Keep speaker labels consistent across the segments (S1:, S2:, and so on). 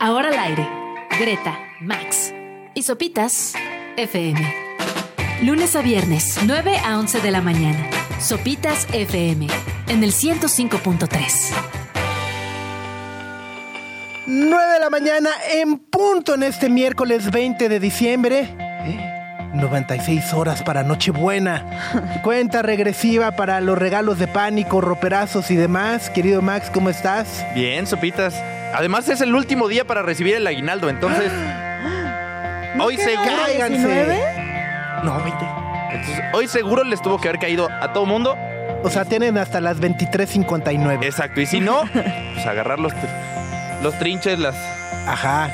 S1: Ahora al aire. Greta, Max y Sopitas FM. Lunes a viernes, 9 a 11 de la mañana. Sopitas FM en el 105.3.
S2: 9 de la mañana en punto en este miércoles 20 de diciembre. ¿Eh? 96 horas para Nochebuena. Cuenta regresiva para los regalos de pánico, roperazos y demás. Querido Max, ¿cómo estás?
S3: Bien, Sopitas. Además es el último día para recibir el aguinaldo, entonces... hoy se No, 20. Entonces, hoy seguro les tuvo que haber caído a todo mundo.
S2: O sea, tienen hasta las 23.59.
S3: Exacto. Y si no, pues agarrar los, tr- los trinches, las,
S2: Ajá,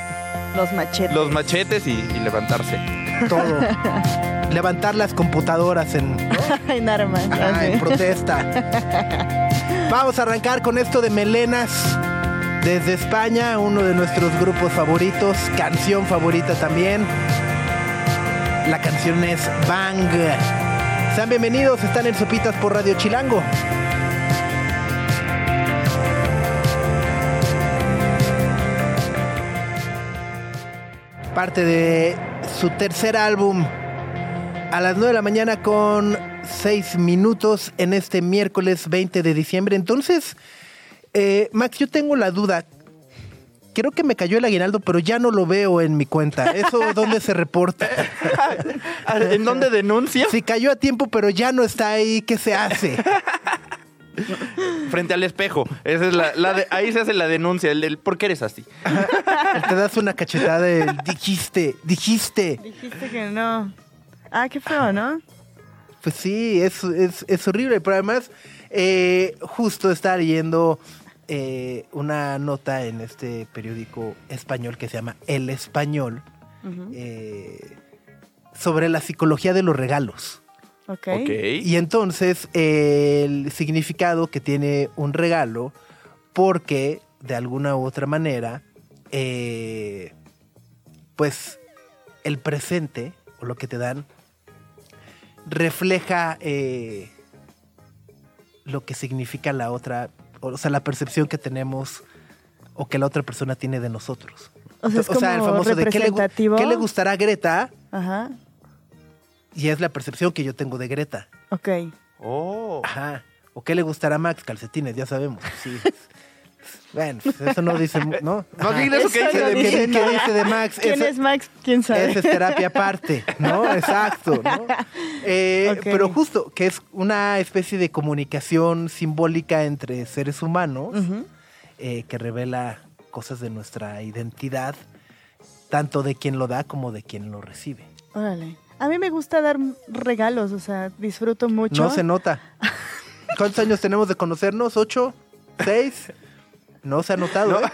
S4: Los machetes.
S3: los machetes y, y levantarse.
S2: todo. Levantar las computadoras en,
S4: en armas.
S2: Ah, en
S4: así.
S2: protesta. Vamos a arrancar con esto de Melenas. Desde España, uno de nuestros grupos favoritos, canción favorita también. La canción es Bang. Sean bienvenidos, están en Sopitas por Radio Chilango. Parte de su tercer álbum, a las 9 de la mañana con 6 minutos en este miércoles 20 de diciembre. Entonces, eh, Max, yo tengo la duda. Creo que me cayó el aguinaldo, pero ya no lo veo en mi cuenta. ¿Eso dónde se reporta?
S3: Ah, ¿En dónde denuncia?
S2: Si cayó a tiempo, pero ya no está ahí, ¿qué se hace?
S3: Frente al espejo. Esa es la, la de- ahí se hace la denuncia. El, el, ¿Por qué eres así?
S2: Te das una cachetada de dijiste, dijiste.
S4: Dijiste que no. Ah, qué feo, ¿no?
S2: Pues sí, es, es, es horrible. Pero además, eh, justo está leyendo eh, una nota en este periódico español que se llama El Español
S4: Ujú.
S2: eh, sobre la psicología de los regalos.
S4: Ok.
S3: Ok.
S2: Y entonces eh, el significado que tiene un regalo, porque de alguna u otra manera, eh, pues el presente o lo que te dan refleja eh, lo que significa la otra, o sea, la percepción que tenemos o que la otra persona tiene de nosotros.
S4: O sea, es como
S2: de ¿qué le, gu-
S4: representativo.
S2: qué le gustará a Greta?
S4: Ajá.
S2: Y es la percepción que yo tengo de Greta.
S4: Ok.
S3: Oh.
S2: Ajá. ¿O qué le gustará a Max? Calcetines, ya sabemos. Sí. bueno, pues eso no dice, mu- ¿no?
S3: No
S2: Ajá.
S3: digas eso que
S4: Eso
S3: dice
S4: no
S3: de mí.
S2: ¿Qué,
S4: dice
S2: qué dice de Max?
S4: ¿Quién
S2: Eso-
S4: es Max? ¿Quién sabe?
S2: esa es terapia aparte, ¿no? Exacto. ¿no? Eh,
S4: Ok.
S2: Pero justo, que es una especie de comunicación simbólica entre seres humanos
S4: Ujú.
S2: eh, que revela cosas de nuestra identidad, tanto de quien lo da como de quien lo recibe.
S4: Órale. A mí me gusta dar regalos, o sea, disfruto mucho.
S2: No se nota. ¿Cuántos años tenemos de conocernos? ¿Ocho? ¿Seis? No se ha notado. ¿eh?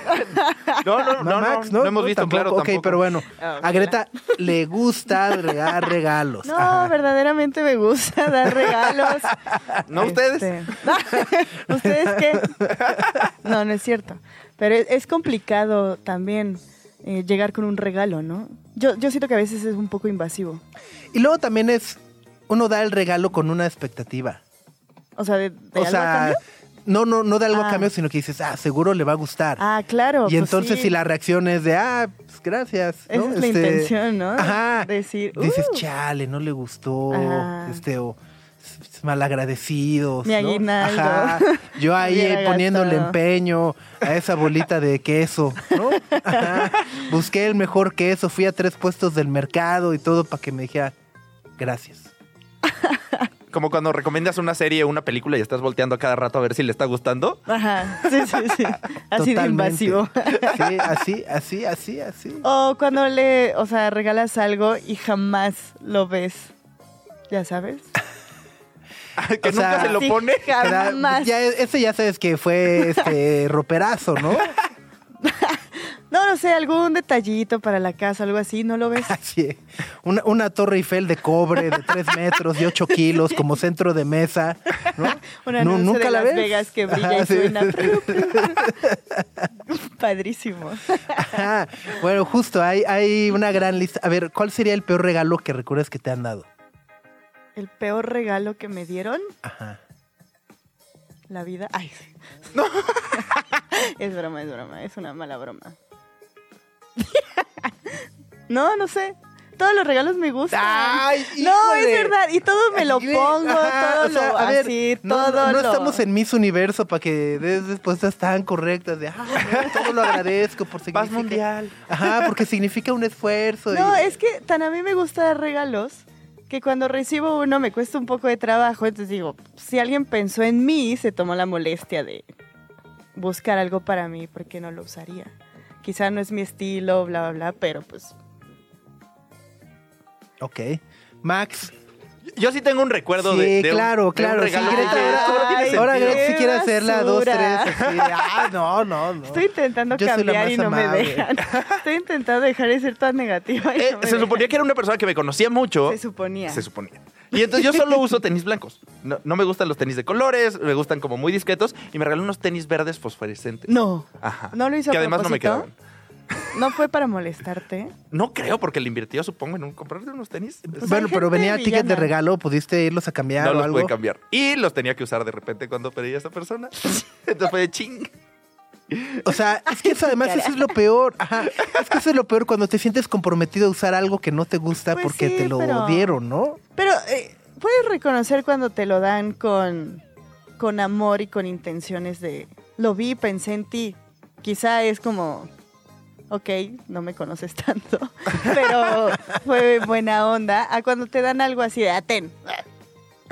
S3: No, no, no, no,
S2: Max,
S3: no, hemos visto,
S2: tampoco.
S3: claro,
S2: Ok,
S3: tampoco.
S2: pero bueno.
S4: Ah, ok.
S2: A Greta le gusta regar regalos.
S4: No,
S2: Ajá.
S4: verdaderamente me gusta dar regalos.
S3: ¿No ustedes?
S4: Este, ¿Ustedes qué? No, no es cierto. Pero es, es complicado también eh, llegar con un regalo, ¿no? Yo, yo siento que a veces es un poco invasivo.
S2: Y luego también es, uno da el regalo con una expectativa.
S4: O sea, de, de
S2: O
S4: algo a
S2: sea,
S4: cambio.
S2: no, no, no de algo a
S4: Ah.
S2: cambio, sino que dices, ah, seguro le va a gustar.
S4: Ah, claro.
S2: y
S4: pues
S2: entonces
S4: sí.
S2: si la reacción es de, ah, pues gracias.
S4: Esa
S2: ¿no?
S4: es la
S2: Este,
S4: intención, ¿no?
S2: Ajá.
S4: Decir,
S2: Dices,
S4: "Uh,
S2: chale, no le gustó,
S4: Ajá.
S2: este, o s- s- malagradecidos.
S4: Mi
S2: ¿no?
S4: aguinaldo.
S2: Ajá. Yo ahí
S4: Hubiera
S2: poniéndole
S4: gastado.
S2: empeño a esa bolita de queso, ¿no? Ajá. Busqué el mejor queso, fui a tres puestos del mercado y todo para que me dijera, gracias.
S3: Como cuando recomiendas una serie o una película y estás volteando a cada rato a ver si le está gustando.
S4: Ajá, sí, sí, sí. Así de
S2: Totalmente.
S4: invasivo.
S2: Sí, así, así, así, así.
S4: O cuando le, o sea, regalas algo y jamás lo ves. Ya sabes.
S3: que
S2: O
S3: nunca
S2: sea,
S3: se lo
S4: Sí,
S3: pone.
S2: Era-
S4: Jamás.
S2: ya, ese ya sabes que fue este roperazo, ¿no?
S4: No, no sé, algún detallito para la casa, algo así, ¿no lo ves?
S2: Así es. Una, una torre Eiffel de cobre de 3 metros y 8 kilos como centro de mesa. ¿no?
S4: Un
S2: No,
S4: anuncio
S2: nunca
S4: de
S2: la
S4: Las
S2: ves.
S4: Vegas que brilla
S2: Ajá,
S4: y
S2: sí.
S4: suena. Padrísimo.
S2: Ajá. Bueno, justo, hay, hay una gran lista. A ver, ¿cuál sería el peor regalo que recuerdas que te han dado?
S4: El peor regalo que me dieron,
S2: Ajá.
S4: la vida. Ay, sí. es broma, es broma, es una mala broma. No, no sé. Todos los regalos me gustan.
S2: Ay,
S4: no, es
S2: Ah, híjole.
S4: verdad. Y todo me lo
S2: Así de-
S4: pongo,
S2: ajá,
S4: todo
S2: o sea,
S4: lo
S2: a ver,
S4: así,
S2: no, no-
S4: todo
S2: no
S4: lo-
S2: estamos en Miss Universo para que des respuestas tan correctas de, ah, no, todo lo agradezco por significa...
S3: Paz mundial.
S2: Ajá, porque significa un esfuerzo. y-
S4: No, es que tan a mí me gusta dar regalos que cuando recibo uno me cuesta un poco de trabajo. Entonces digo, si alguien pensó en mí, se tomó la molestia de buscar algo para mí, porque no lo usaría. Quizá no es mi estilo, bla, bla, bla, pero pues
S2: Ok. Max,
S3: Yo sí tengo un recuerdo de,
S2: sí,
S3: de un-
S2: claro,
S3: de un
S2: claro. Si
S3: regalo
S2: quiere-
S3: que-
S4: Ay,
S3: solo tiene sentido. Eh,
S2: ahora Greg si
S4: qué
S2: quiere hacer la dos, tres,
S4: basura.
S2: así de, ah, no, no, no.
S4: estoy intentando
S2: Yo soy la
S4: cambiar
S2: más
S4: y no me
S2: amable.
S4: dejan. Estoy intentando dejar de ser tan negativa. y
S3: Eh,
S4: no me
S3: se
S4: dejan.
S3: suponía que era una persona que me conocía mucho.
S4: Se suponía.
S3: Se suponía. Y entonces yo solo uso tenis blancos. No, no me gustan los tenis de colores, me gustan como muy discretos. Y me regaló unos tenis verdes fosforescentes.
S4: No.
S3: Ajá.
S4: No lo hizo a
S3: Que además no me
S4: propósito.
S3: quedaban.
S4: No fue para molestarte.
S3: No creo, porque le invirtió, supongo, en un, comprarle unos tenis.
S4: sea,
S2: bueno,
S4: hay
S2: pero
S4: gente
S2: venía ticket de
S4: villana.
S2: regalo, pudiste irlos a cambiar
S3: no
S2: o
S3: los
S2: algo.
S3: pude cambiar. Y los tenía que usar de repente cuando pedí a esa persona. Entonces fue de ching.
S2: O sea, es que eso, además eso es lo peor. Ajá. Es que eso es lo peor cuando te sientes comprometido a usar algo que no te gusta
S4: Pues
S2: porque
S4: sí,
S2: te lo
S4: pero-
S2: dieron, ¿no?
S4: Pero eh, puedes reconocer cuando te lo dan con, con amor y con intenciones de lo vi, pensé en ti. Quizá es como, ok, no me conoces tanto, pero fue buena onda. A cuando te dan algo así de atén,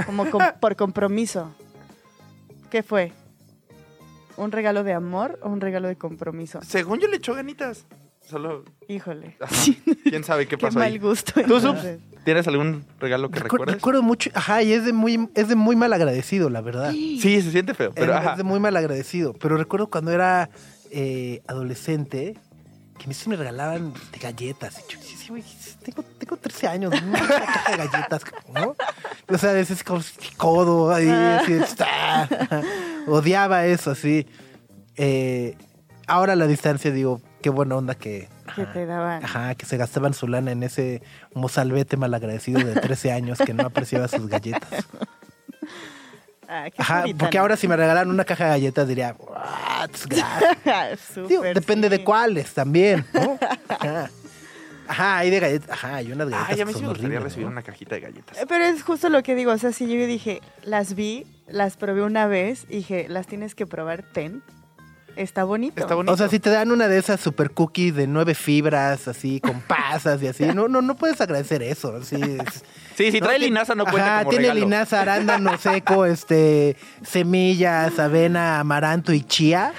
S4: como com- por compromiso. ¿Qué fue? ¿Un regalo de amor o un regalo de compromiso?
S3: Según yo le echó ganitas. Solo.
S4: Híjole.
S3: ajá. ¿Quién sabe qué
S4: Qué
S3: pasó ahí?
S4: mal gusto.
S3: ¿Tú, Subs,
S4: entonces.
S3: tienes algún regalo que
S2: Recu-
S3: recuerdes?
S2: Recuerdo mucho, ajá, y es de muy, es de muy mal agradecido, la verdad.
S3: Sí, se siente feo, pero
S2: Era-
S3: ajá.
S2: Eh, es de muy mal agradecido. Pero recuerdo cuando era eh, adolescente que a mí sí me regalaban de galletas. Y yo decía, "Sí, güey, tengo, tengo 13 años, no una caja de galletas, ¿no? O sea, ese es como así, codo ahí,
S4: Ah.
S2: así, está. Odiaba eso, así. Eh, ahora a la distancia digo, qué buena onda que.
S4: Que
S2: ajá,
S4: te daban.
S2: Ajá, que se gastaban su lana en ese mozalbete malagradecido de 13 años que no apreciaba sus galletas.
S4: Ah, qué
S2: Ajá,
S4: puritana.
S2: porque ahora si me regalaran una caja de galletas diría, "What? Gracias". Digo,
S4: Ah, Súper,
S2: depende
S4: sí.
S2: de cuáles también, ¿no? Ajá. Ajá, hay de galletas, ajá, hay unas galletas
S3: Ay, a
S2: que
S3: mí sí
S2: son
S3: me gustaría
S2: horribles,
S3: recibir
S2: ¿no?
S3: una cajita de galletas.
S4: Eh, Pero es justo lo que digo, o sea, si yo dije, las vi, las probé una vez, y dije, las tienes que probar, ten. Está bonito.
S3: Está bonito.
S2: O sea, si te dan una de esas super cookies de nueve fibras, así, con pasas y así, no, no, no puedes agradecer eso. Así es-
S3: sí, si trae
S2: tiene-
S3: linaza no cuenta
S2: Ajá,
S3: como
S2: tiene
S3: regalo.
S2: linaza, arándano seco, este, semillas, avena, amaranto y chía.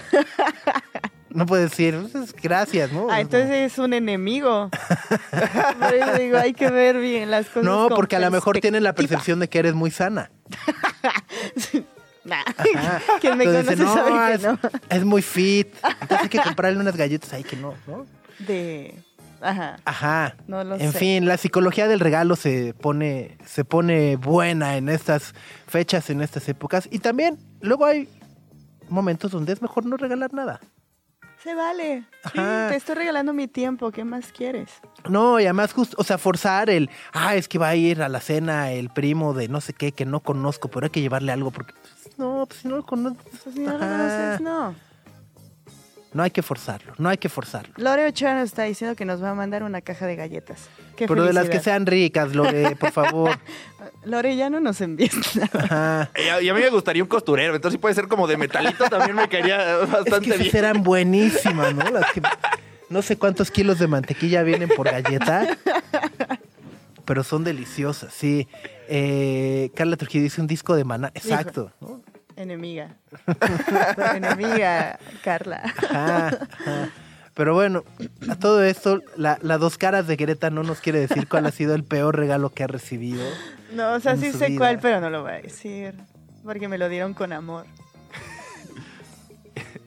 S2: No puedes decir, "Pues, gracias, ¿no?
S4: Ah, entonces es un enemigo. Por eso digo, hay que ver bien las cosas.
S2: No,
S4: con
S2: porque a lo mejor tienen la
S4: perspectiva.
S2: percepción de que eres muy sana.
S4: Nah.
S2: Ajá.
S4: Quien me
S2: Entonces
S4: conoce
S2: dicen,
S4: sabe
S2: es,
S4: que no.
S2: es muy fit. Entonces hay que comprarle unas galletas ahí que no, ¿no?
S4: De. Ajá.
S2: Ajá.
S4: No lo
S2: en
S4: sé.
S2: fin, la psicología del regalo se pone, se pone buena en estas fechas, en estas épocas. Y también, luego hay momentos donde es mejor no regalar nada.
S4: Se vale. Sí,
S2: Ajá.
S4: te estoy regalando mi tiempo, ¿qué más quieres?
S2: No, y además justo, o sea, forzar el, ah, es que va a ir a la cena el primo de no sé qué que no conozco, pero hay que llevarle algo porque pues, no, pues si no lo conozco,
S4: Pues si no lo
S2: Ajá.
S4: conoces, no.
S2: no hay que forzarlo, no hay que forzarlo.
S4: Lore Ochoa nos está diciendo que nos va a mandar una caja de galletas. Qué
S2: Pero de las que
S4: felicidad.
S2: sean ricas, Lore, por favor.
S4: Lore, ya no nos envíes nada.
S2: Ajá.
S3: Y a, y a mí me gustaría un costurero, entonces sí puede ser como de metalito también me caería
S2: Es
S3: bastante
S2: que esas
S3: bien.
S2: eran buenísimas, ¿no? Las que- no sé cuántos kilos de mantequilla vienen por galleta, pero son deliciosas, sí. Eh, Carla Trujillo dice un disco de maná. Exacto. ¿no?
S4: Enemiga. Enemiga, Carla.
S2: Ajá, ajá. Pero bueno, a todo esto, la, la dos caras de Greta no nos quiere decir cuál ha sido el peor regalo que ha recibido.
S4: No, o sea,
S2: En
S4: sí
S2: su
S4: sé
S2: vida.
S4: cuál, pero no lo voy a decir. Porque me lo dieron con amor.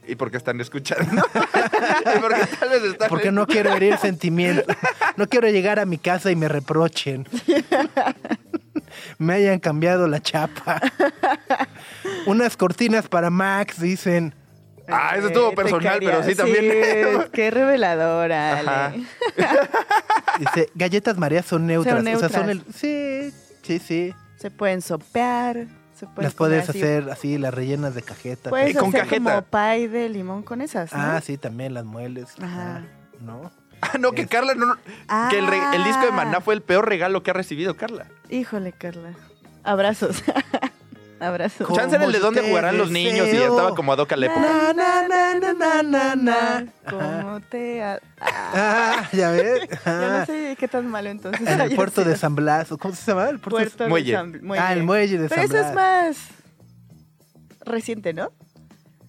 S3: ¿Y por qué están escuchando? ¿Y por qué tal vez están
S2: Porque no quiero herir sentimientos. No quiero llegar a mi casa y me reprochen. Me hayan cambiado la chapa. Unas cortinas para Max, dicen.
S3: Ah, eso
S2: Eh,
S3: estuvo
S4: te
S3: personal,
S4: caería-
S3: pero sí también.
S4: qué reveladora, Ale.
S3: Ajá.
S2: Dice, galletas María son neutras.
S4: Son
S2: O sea, son el...
S4: neutras.
S2: Sí, sí, sí.
S4: Se pueden sopear. Se pueden
S2: las puedes
S4: comer así.
S2: hacer así, las rellenas de cajeta.
S4: Puedes
S3: con
S4: hacer
S3: cajeta.
S4: como pie de limón con esas. ¿no?
S2: Ah, sí, también las mueles. Ajá.
S4: Ajá.
S2: ¿No?
S3: Ah, no, que Carla no.
S4: Ah.
S3: Que el, re- el disco de Maná fue el peor regalo que ha recibido Carla.
S4: Híjole, Carla. Abrazos. Abrazos.
S2: ¿Cómo
S3: Chance era el de dónde
S2: te
S3: jugarán los niños y ya
S2: deseo?
S3: estaba como a Doca la época.
S2: Na, na, na, na, na, na, na.
S4: Como te... a- Ah,
S2: Ah, ya ves.
S4: yo no
S2: Ah,
S4: sé de qué tan malo entonces.
S2: en el
S4: haya
S2: puerto de
S4: sido.
S2: San Blas. ¿o ¿Cómo se llama? El puerto de-
S4: Puerto de
S3: Muelle.
S4: San-
S2: Ah, el muelle de
S4: Pero
S2: San
S4: eso es
S2: Blas.
S4: más reciente, ¿no?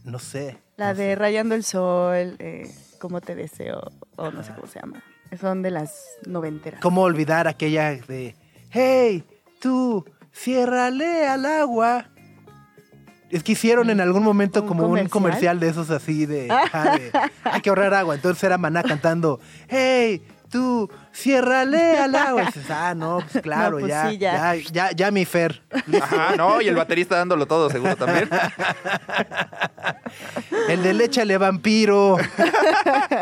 S2: No sé.
S4: La
S2: no
S4: de
S2: sé.
S4: Rayando el Sol, eh, Cómo te deseo, o no sé cómo se llama. Son de las noventeras.
S2: ¿Cómo olvidar aquella de Hey, tú, ciérrale al agua? Es que hicieron en algún momento
S4: Mm, ¿Un
S2: como un
S4: comercial?
S2: comercial de esos así de, ajá, de, hay que ahorrar agua. Entonces era Maná cantando Hey, tú, ciérrale al agua. Y dices, ah, no, pues claro,
S4: No, pues
S2: ya,
S4: sí,
S2: ya.
S4: ya.
S2: Ya, ya, mi Fer.
S3: Ajá, no, y el baterista dándolo todo, seguro también.
S2: El de Léchale Vampiro.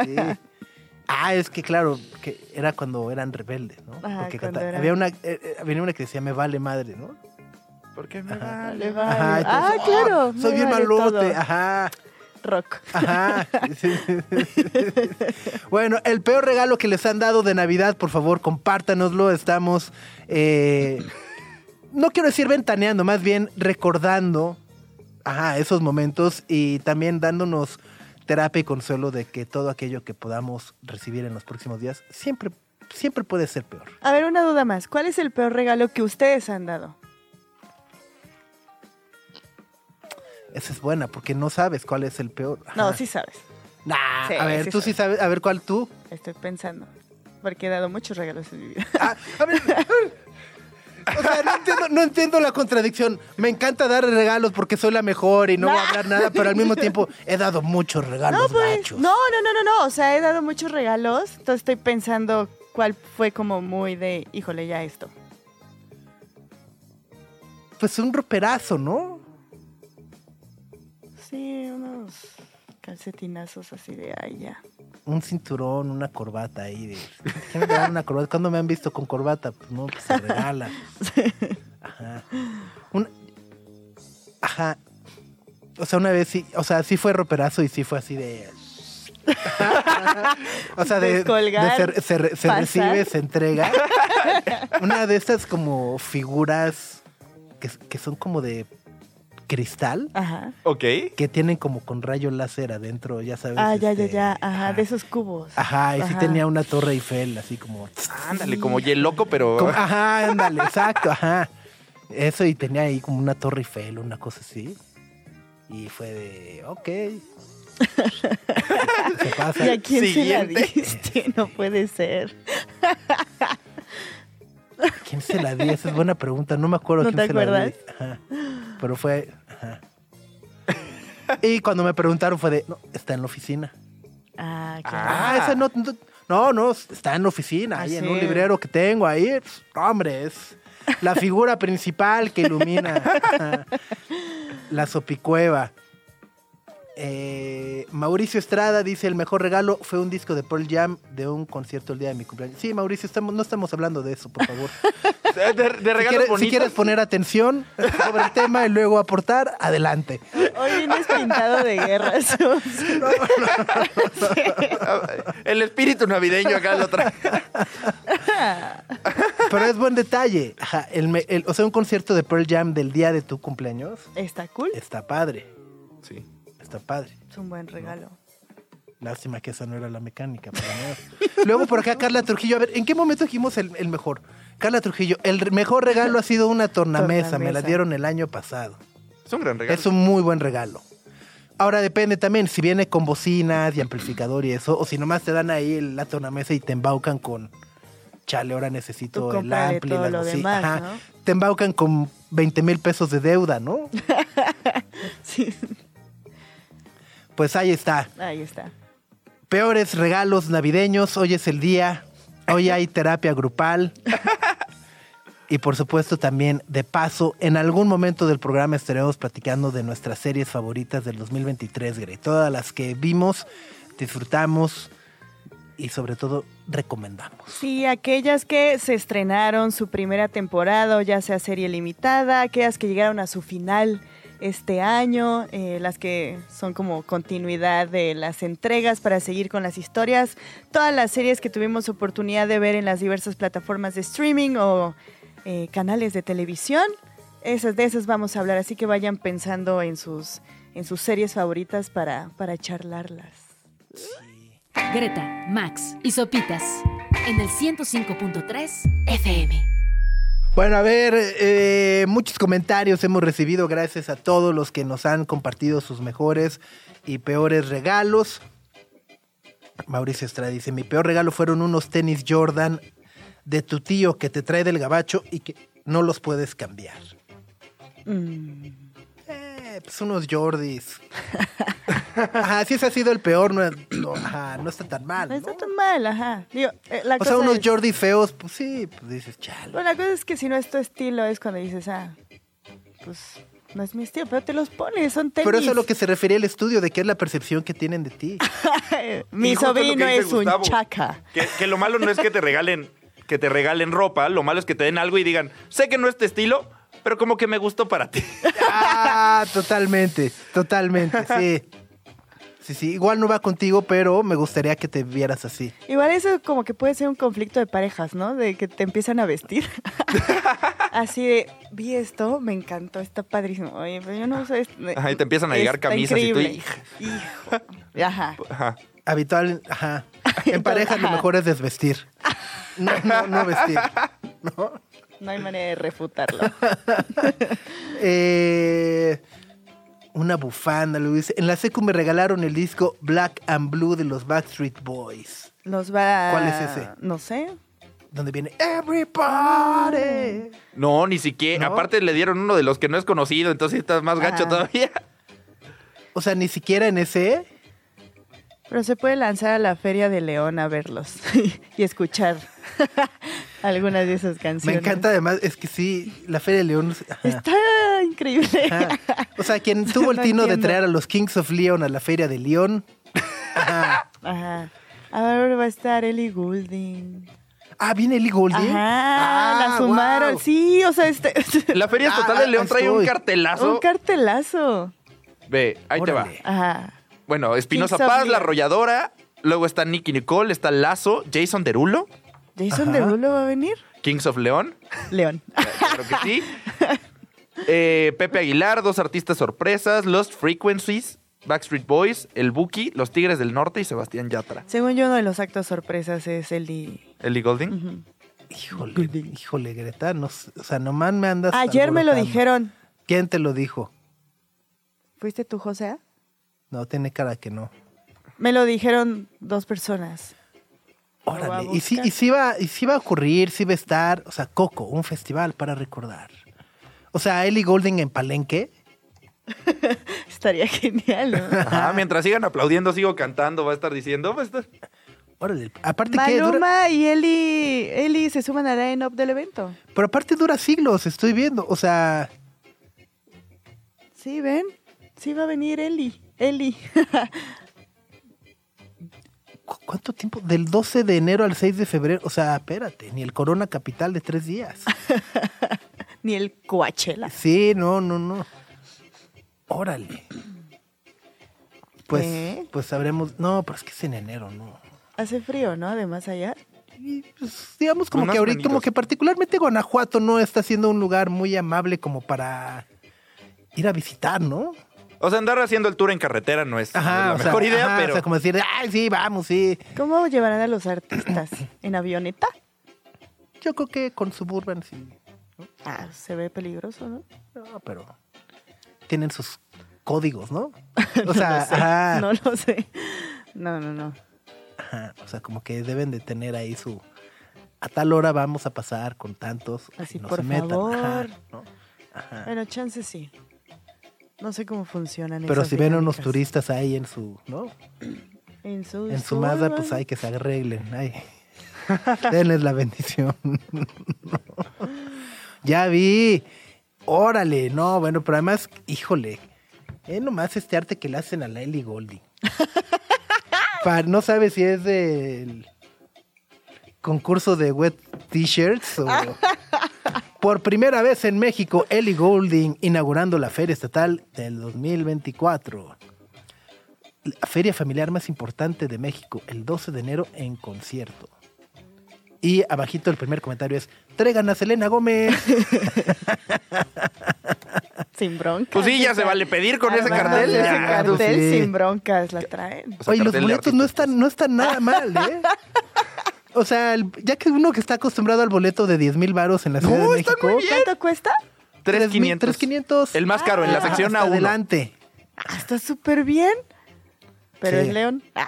S2: Sí. Ah, es que claro, que era cuando eran rebeldes, ¿no?
S4: Ajá,
S2: Porque
S4: cuando
S2: canta-
S4: eran-
S2: había una, eh, eh, venía una que decía, me vale madre, ¿no?
S3: Porque me
S4: Ah,
S3: vale.
S4: le vale.
S2: Ajá,
S4: ah,
S2: entonces, ¡oh!
S4: claro.
S2: Soy
S4: me
S2: bien
S4: vale
S2: malote.
S4: todo.
S2: Ajá.
S4: Rock.
S2: Ajá. bueno, el peor regalo que les han dado de Navidad, por favor, compártanoslo. Estamos. eh, no quiero decir ventaneando, más bien recordando ajá, esos momentos y también dándonos terapia y consuelo de que todo aquello que podamos recibir en los próximos días siempre, siempre puede ser peor.
S4: A ver, una duda más. ¿Cuál es el peor regalo que ustedes han dado?
S2: Esa es buena, porque no sabes cuál es el peor.
S4: No,
S2: Ajá.
S4: sí sabes.
S2: Nah,
S4: Sí,
S2: a ver,
S4: sí
S2: tú sí sabes. A ver, ¿cuál tú?
S4: Estoy pensando. Porque he dado muchos regalos en mi vida.
S2: Ah, a ver. O sea, no entiendo, no entiendo la contradicción. Me encanta dar regalos porque soy la mejor y no voy a hablar nada, pero al mismo tiempo he dado muchos regalos
S4: No, pues.
S2: gachos.
S4: No, no, no, no, no. O sea, he dado muchos regalos. Entonces estoy pensando cuál fue como muy de, híjole, ya esto.
S2: Pues un roperazo, ¿no?
S4: Sí, unos calcetinazos así de, ay, ya.
S2: Un cinturón, una corbata ahí. De, ¿Qué me regalan una corbata? ¿Cuándo me han visto con corbata? Pues no, pues se regala. Ajá. Un- ajá. O sea, una vez sí, o sea, sí fue roperazo y sí fue así de. o sea, de,
S4: Descolgar,
S2: de se, se re- se
S4: pasar.
S2: recibe, se entrega. Una de estas como figuras que, que son como de cristal,
S4: Ajá.
S3: Ok.
S2: que tienen como con rayo láser adentro, ya sabes.
S4: Ah, ya, ya,
S2: este,
S4: ya. Ajá, de esos cubos.
S2: Ajá, y sí
S4: Ajá.
S2: tenía una torre Eiffel, así como...
S3: Ándale, como loco, pero.
S2: como- ajá, ándale, exacto, ajá. Eso y tenía ahí como una torre Eiffel, una cosa así. Y fue de, ok. Se pasa.
S4: ¿Y a quién
S3: Siguiente.
S4: se la diste? No puede ser.
S2: ¿Quién se la di? Esa es buena pregunta. No me acuerdo
S4: ¿No
S2: quién
S4: te
S2: se la di. Ajá. Pero fue... Ajá. Y cuando me preguntaron fue de, no, está en la oficina.
S4: Ah, claro.
S2: Ah,
S3: Ah.
S2: esa no, no. no, no, está en la oficina,
S4: Ah,
S2: ahí en
S4: sí.
S2: un librero que tengo ahí. Pss, Hombre, es la figura principal que ilumina la sopicueva. Eh, Mauricio Estrada dice: El mejor regalo fue un disco de Pearl Jam de un concierto el día de mi cumpleaños. Sí, Mauricio, estamos, no estamos hablando de eso, por favor.
S3: De, de
S2: si,
S3: regalos
S2: quieres, si
S3: bonitos.
S2: quieres poner atención sobre el tema y luego aportar, adelante.
S4: Hoy vienes este pintado de guerras.
S3: Ah, El espíritu navideño acá lo trae.
S2: Pero es buen detalle. Ajá, el me- el- o sea, un concierto de Pearl Jam del día de tu cumpleaños.
S4: Está cool.
S2: Está padre,
S3: Sí.
S2: está padre.
S4: Es un buen regalo.
S2: Lástima que esa no era la mecánica. pero no. Luego por acá Carla Trujillo. A ver, ¿en qué momento dijimos el, el mejor? Carla Trujillo, el re- mejor regalo ha sido una tornamesa. Me la
S4: Tornamesa.
S2: dieron el año pasado.
S3: Es un gran regalo.
S2: Es un muy buen regalo. Ahora depende también si viene con bocinas y amplificador y eso, o si nomás te dan ahí el- la tornamesa y te embaucan con, chale, ahora
S4: Tú
S2: necesito el
S4: compra
S2: ampli,
S4: todo
S2: las
S4: lo
S2: boci-
S4: demás,
S2: Ajá.
S4: ¿no?
S2: Te embaucan con 20 mil pesos de deuda, ¿no?
S4: Sí.
S2: Pues ahí está.
S4: Ahí está.
S2: Peores regalos navideños. Hoy es el día. Hoy hay terapia grupal. Y por supuesto también, de paso, en algún momento del programa estaremos platicando de nuestras series favoritas del 2023, Grey. Todas las que vimos, disfrutamos y sobre todo recomendamos.
S4: Sí, aquellas que se estrenaron su primera temporada, o ya sea serie limitada, aquellas que llegaron a su final este año, eh, las que son como continuidad de las entregas para seguir con las historias, todas las series que tuvimos oportunidad de ver en las diversas plataformas de streaming o eh, canales de televisión. Esas de esas vamos a hablar, así que vayan pensando en sus, en sus series favoritas para, para charlarlas.
S1: Greta, Max y Sopitas en el 105.3 FM.
S2: Bueno, a ver, eh, muchos comentarios hemos recibido gracias a todos los que nos han compartido sus mejores y peores regalos. Mauricio Estrada dice, mi peor regalo fueron unos tenis Jordan de tu tío que te trae del gabacho y que no los puedes cambiar.
S4: Mm.
S2: Eh, pues unos Jordis. Ajá, sí, ese ha sido el peor. No, no, ajá, no está tan mal.
S4: No está
S2: ¿no?
S4: tan mal, ajá. Digo, eh, la
S2: O sea,
S4: cosa
S2: unos
S4: es-
S2: Jordi feos, pues sí, pues dices, chale.
S4: Bueno, la cosa es que si no es tu estilo, es cuando dices, ah, pues no es mi estilo, pero te los pones, son tenis.
S2: Pero eso es a lo que se refiere el estudio, de que es la percepción que tienen de ti.
S4: Mi
S3: Y justo lo que
S4: sobrino
S3: dice
S4: es un
S3: Gustavo.
S4: chaca.
S3: Que, que lo malo no es que te regalen que te regalen ropa, lo malo es que te den algo y digan, sé que no es tu estilo, pero como que me gustó para ti.
S2: ah, totalmente, totalmente, sí. Sí, sí, igual no va contigo, pero me gustaría que te vieras así.
S4: Igual eso como que puede ser un conflicto de parejas, ¿no? De que te empiezan a vestir. Así de, vi esto, me encantó, está padrísimo. Oye, pero yo no uso esto.
S3: Ajá, y te empiezan a llegar
S4: Está
S3: camisas y tú,
S4: increíble. Hijo. Ajá.
S3: Ajá.
S2: Habitual, ajá. En pareja lo
S4: Ajá.
S2: mejor es desvestir. No, no, no vestir. ¿no?
S4: No hay manera de refutarlo.
S2: Eh, una bufanda, Luis. En la secu me regalaron el disco Black and Blue de los Backstreet Boys.
S4: Los va a-
S2: ¿Cuál es ese?
S4: No sé.
S2: Donde viene
S4: Mm.
S2: Everybody.
S3: No, ni siquiera.
S2: ¿No?
S3: Aparte le dieron uno de los que no es conocido, entonces estás más gacho
S4: Ah.
S3: todavía.
S2: O sea, ni siquiera en ese.
S4: Pero se puede lanzar a la Feria de León a verlos y escuchar algunas de esas
S2: Me
S4: canciones.
S2: encanta además, es que sí, la Feria de León. ajá.
S4: Este, Está increíble.
S2: Ajá. O sea, quien tuvo el
S4: No
S2: tino de
S4: entiendo.
S2: traer a los Kings of Leon a la Feria de León. Ajá.
S4: Ajá. Ahora va a estar Ellie Goulding.
S2: Ah, viene Ellie Goulding.
S4: Ajá,
S2: Ah,
S4: la sumaron.
S2: guau.
S4: Sí, o sea, este,
S3: La Feria
S2: Ah,
S3: Estatal de
S2: ah,
S3: León trae un
S2: estoy.
S3: cartelazo.
S4: un cartelazo.
S3: Ve, ahí
S2: Órale.
S3: te va.
S4: Ajá.
S3: Bueno, Espinosa
S4: Kings of
S3: Paz, La
S4: Leon.
S3: Arrolladora. Luego está Nicky Nicole, está Lazo, Jason Derulo,
S4: ¿Jason
S2: Ajá.
S4: Derulo va a venir?
S3: Kings of León.
S4: León.
S3: Claro que sí. Eh, Pepe Aguilar, dos artistas sorpresas, Lost Frequencies, Backstreet Boys, El Buki, Los Tigres del Norte y Sebastián Yatra.
S4: Según yo, uno de los actos sorpresas es el de...
S3: Ellie Golding.
S4: Ujú.
S2: Híjole, híjole, Greta. no s- o sea, nomás me andas.
S4: Ah, Ayer me lo
S2: alborotando.
S4: dijeron.
S2: ¿Quién te lo dijo?
S4: ¿Fuiste tú, José?
S2: No, tiene cara que no.
S4: Me lo dijeron dos personas. Lo voy a
S2: Órale. Y sí,
S4: buscar.
S2: y, sí va, y sí va a ocurrir, sí va a estar. O sea, Coco, un festival para recordar. O sea, Ellie Goulding en Palenque.
S4: Estaría genial, ¿no?
S3: Ajá, mientras sigan aplaudiendo, sigo cantando, va a estar diciendo. "Pues, va a estar-
S2: Órale. Aparte que dura,
S4: Maluma y Eli, Eli se suman a la up del evento.
S2: pero aparte dura siglos, estoy viendo. O sea,
S4: Sí, ven. Sí va a venir Eli. Eli.
S2: ¿Cu- ¿Cuánto tiempo? Del 12 de enero al 6 de febrero. O sea, espérate, ni el Corona Capital de tres días.
S4: Ni el Coachella.
S2: Sí, no, no, no. Órale. Pues,
S4: ¿Eh?
S2: pues sabremos. No, pero es que es en enero, no.
S4: Hace frío, ¿no? De más allá.
S2: Y, pues, digamos como
S3: Unos
S2: que ahorita, como
S3: menitos.
S2: que particularmente Guanajuato no está siendo un lugar muy amable como para ir a visitar, ¿no?
S3: O sea, andar haciendo el tour en carretera no es la
S2: o sea,
S3: mejor idea,
S2: ajá,
S3: pero.
S2: O sea, como decir, ay, sí, vamos, sí.
S4: ¿Cómo llevarán a los artistas? ¿En avioneta?
S2: Yo creo que con Suburban sí.
S4: Ah, se ve peligroso, ¿no?
S2: No, pero tienen sus códigos, ¿no? O sea, ajá,
S4: No lo sé. No, no, no.
S2: ajá, o sea, como que deben de tener ahí su a tal hora vamos a pasar con tantos, ay,
S4: Así,
S2: no
S4: por
S2: se metan, ajá,
S4: favor.
S2: ¿no? Ajá.
S4: Bueno, chance sí. No sé cómo funcionan
S2: Pero
S4: esas
S2: si ven unos
S4: dinámicas.
S2: turistas ahí en su, ¿no?
S4: En su,
S2: En su Mazda, pues hay que se arreglen, ay. Denles la bendición. ya vi. Órale, no, bueno, pero además, híjole, es nomás este arte que le hacen a la Ellie Golding. Pa- no sabe si es del concurso de wet t-shirts o, Por primera vez en México, Ellie Goulding inaugurando la Feria Estatal del 2024. La feria familiar más importante de México, el 12 de enero en concierto. Y abajito el primer comentario es, traigan a Selena Gómez.
S4: Sin broncas.
S3: Pues sí, ya se vale pedir con ese
S4: Armando
S3: cartel.
S4: Ese
S3: ya.
S2: pues
S4: cartel
S2: sí.
S4: sin broncas la traen.
S3: O sea,
S2: Oye, los
S3: cartel Ah, de
S2: boletos no
S3: artistas.
S2: están, no están nada mal, ¿eh? O sea, el- ya que uno que está acostumbrado al boleto de 10 mil varos en la Ciudad de
S3: están
S2: México,
S3: muy bien.
S4: ¿Cuánto cuesta?
S3: 3,500.
S2: 3,500.
S3: El más caro, en la
S2: Ajá,
S3: sección
S2: Ah, hasta
S3: A1.
S2: Adelante.
S4: Ah, está súper bien. Pero
S2: Sí.
S4: es León. Ay.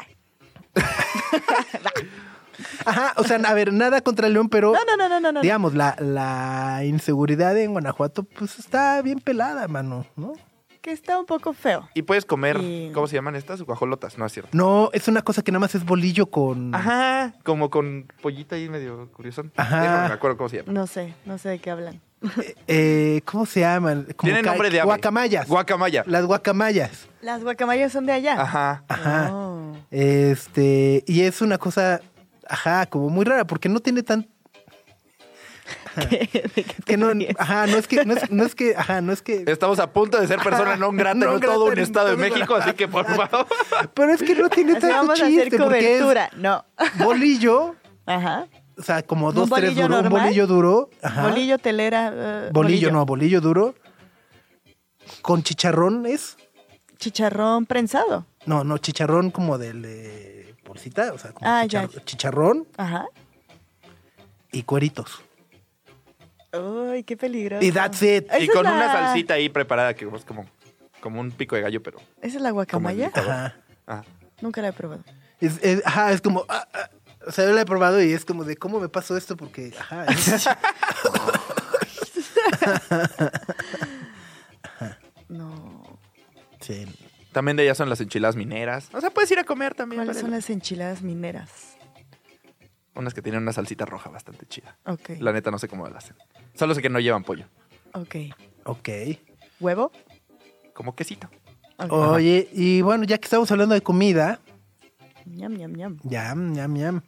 S2: Ajá, o sea, a ver, nada contra el León, pero
S4: No, no, no, no, no, no.
S2: digamos, la, la inseguridad en Guanajuato, pues está bien pelada, mano, ¿no?
S4: Que está un poco feo.
S3: Y puedes comer,
S4: Y-
S3: ¿cómo se llaman estas? Guajolotas, no es cierto.
S2: No, es una cosa que nada más es bolillo con.
S3: Ajá, como con pollita ahí medio curioso.
S2: Ajá.
S3: No me acuerdo cómo se llama.
S4: No sé, no sé de qué hablan.
S2: eh, ¿Cómo se llaman? Como
S3: Tiene
S2: ca-
S3: nombre de ave.
S2: Guacamayas.
S3: Guacamaya.
S2: Las guacamayas.
S4: Las guacamayas son de allá.
S3: Ajá.
S2: Ajá.
S4: Oh.
S2: Este, y es una cosa, ajá, como muy rara, porque no tiene tan...
S4: ¿De qué te
S2: Que no, ah,
S4: ríes?
S2: ajá, no es que, no es, no es que, ajá, no es que...
S3: Estamos a punto de ser persona no grata
S2: No
S3: en todo
S2: grata
S3: un
S2: en
S3: estado de
S2: todo
S3: México, así que por favor.
S2: Pero es que no tiene
S4: Así
S2: tanto
S4: vamos a hacer
S2: chiste, porque
S4: cobertura.
S2: es
S4: No.
S2: bolillo,
S4: Ajá.
S2: o sea, como dos, tres
S4: bolillo
S2: duro, un
S4: normal?
S2: bolillo duro, ajá, bolillo,
S4: Bolillo, telera. eh,
S2: no, bolillo duro, con chicharrones,
S4: Chicharrón prensado.
S2: no, no, chicharrón como del de bolsita, o sea, como
S4: Ah, ya,
S2: chichar- chicharrón
S4: Ajá.
S2: y cueritos.
S4: Uy, qué peligroso.
S2: Y that's it.
S4: Esa
S3: Y
S4: es
S3: con
S4: la-
S3: una salsita ahí preparada que es como, como un pico de gallo, pero. ah,
S4: ¿Esa es la guacamaya?
S3: Como
S2: Ajá.
S3: ajá.
S4: Nunca la he probado.
S2: Es, es- ajá, es como. ah, ah, o sea, yo la he probado y es como de cómo me pasó esto porque. Ajá. es-
S4: No.
S2: sí.
S3: También de allá son las enchiladas mineras. O sea, puedes ir a comer también.
S4: ¿Cuáles
S3: vale.
S4: son las enchiladas mineras?
S3: Unas que tienen una salsita roja bastante chida.
S4: Ok.
S3: La neta no sé cómo la hacen. Solo sé que no llevan pollo.
S4: Ok.
S2: Ok.
S4: ¿Huevo?
S3: Como quesito.
S4: Ok.
S2: Oye, y bueno, ya que estamos hablando de comida,
S4: Ñam, ñam, ñam.
S2: yam, yam, yam.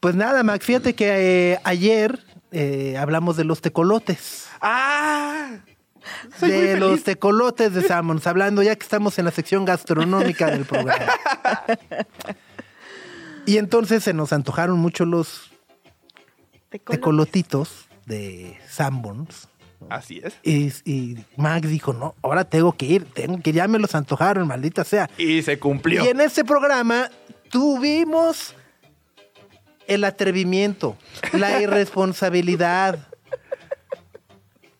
S2: Pues nada, Max, fíjate que eh, ayer eh, hablamos de los tecolotes.
S3: ¡Ah! Soy muy
S2: de
S3: feliz.
S2: los tecolotes de Sammons, hablando ya que estamos en la sección gastronómica del programa. Y entonces se nos antojaron mucho los
S4: Tecolotes.
S2: tecolotitos de Sammons.
S3: Así es.
S2: Y, y Max dijo, no, ahora tengo que ir, tengo que ir, ya me los antojaron, maldita sea.
S3: Y se cumplió.
S2: Y en este programa tuvimos el atrevimiento, la irresponsabilidad,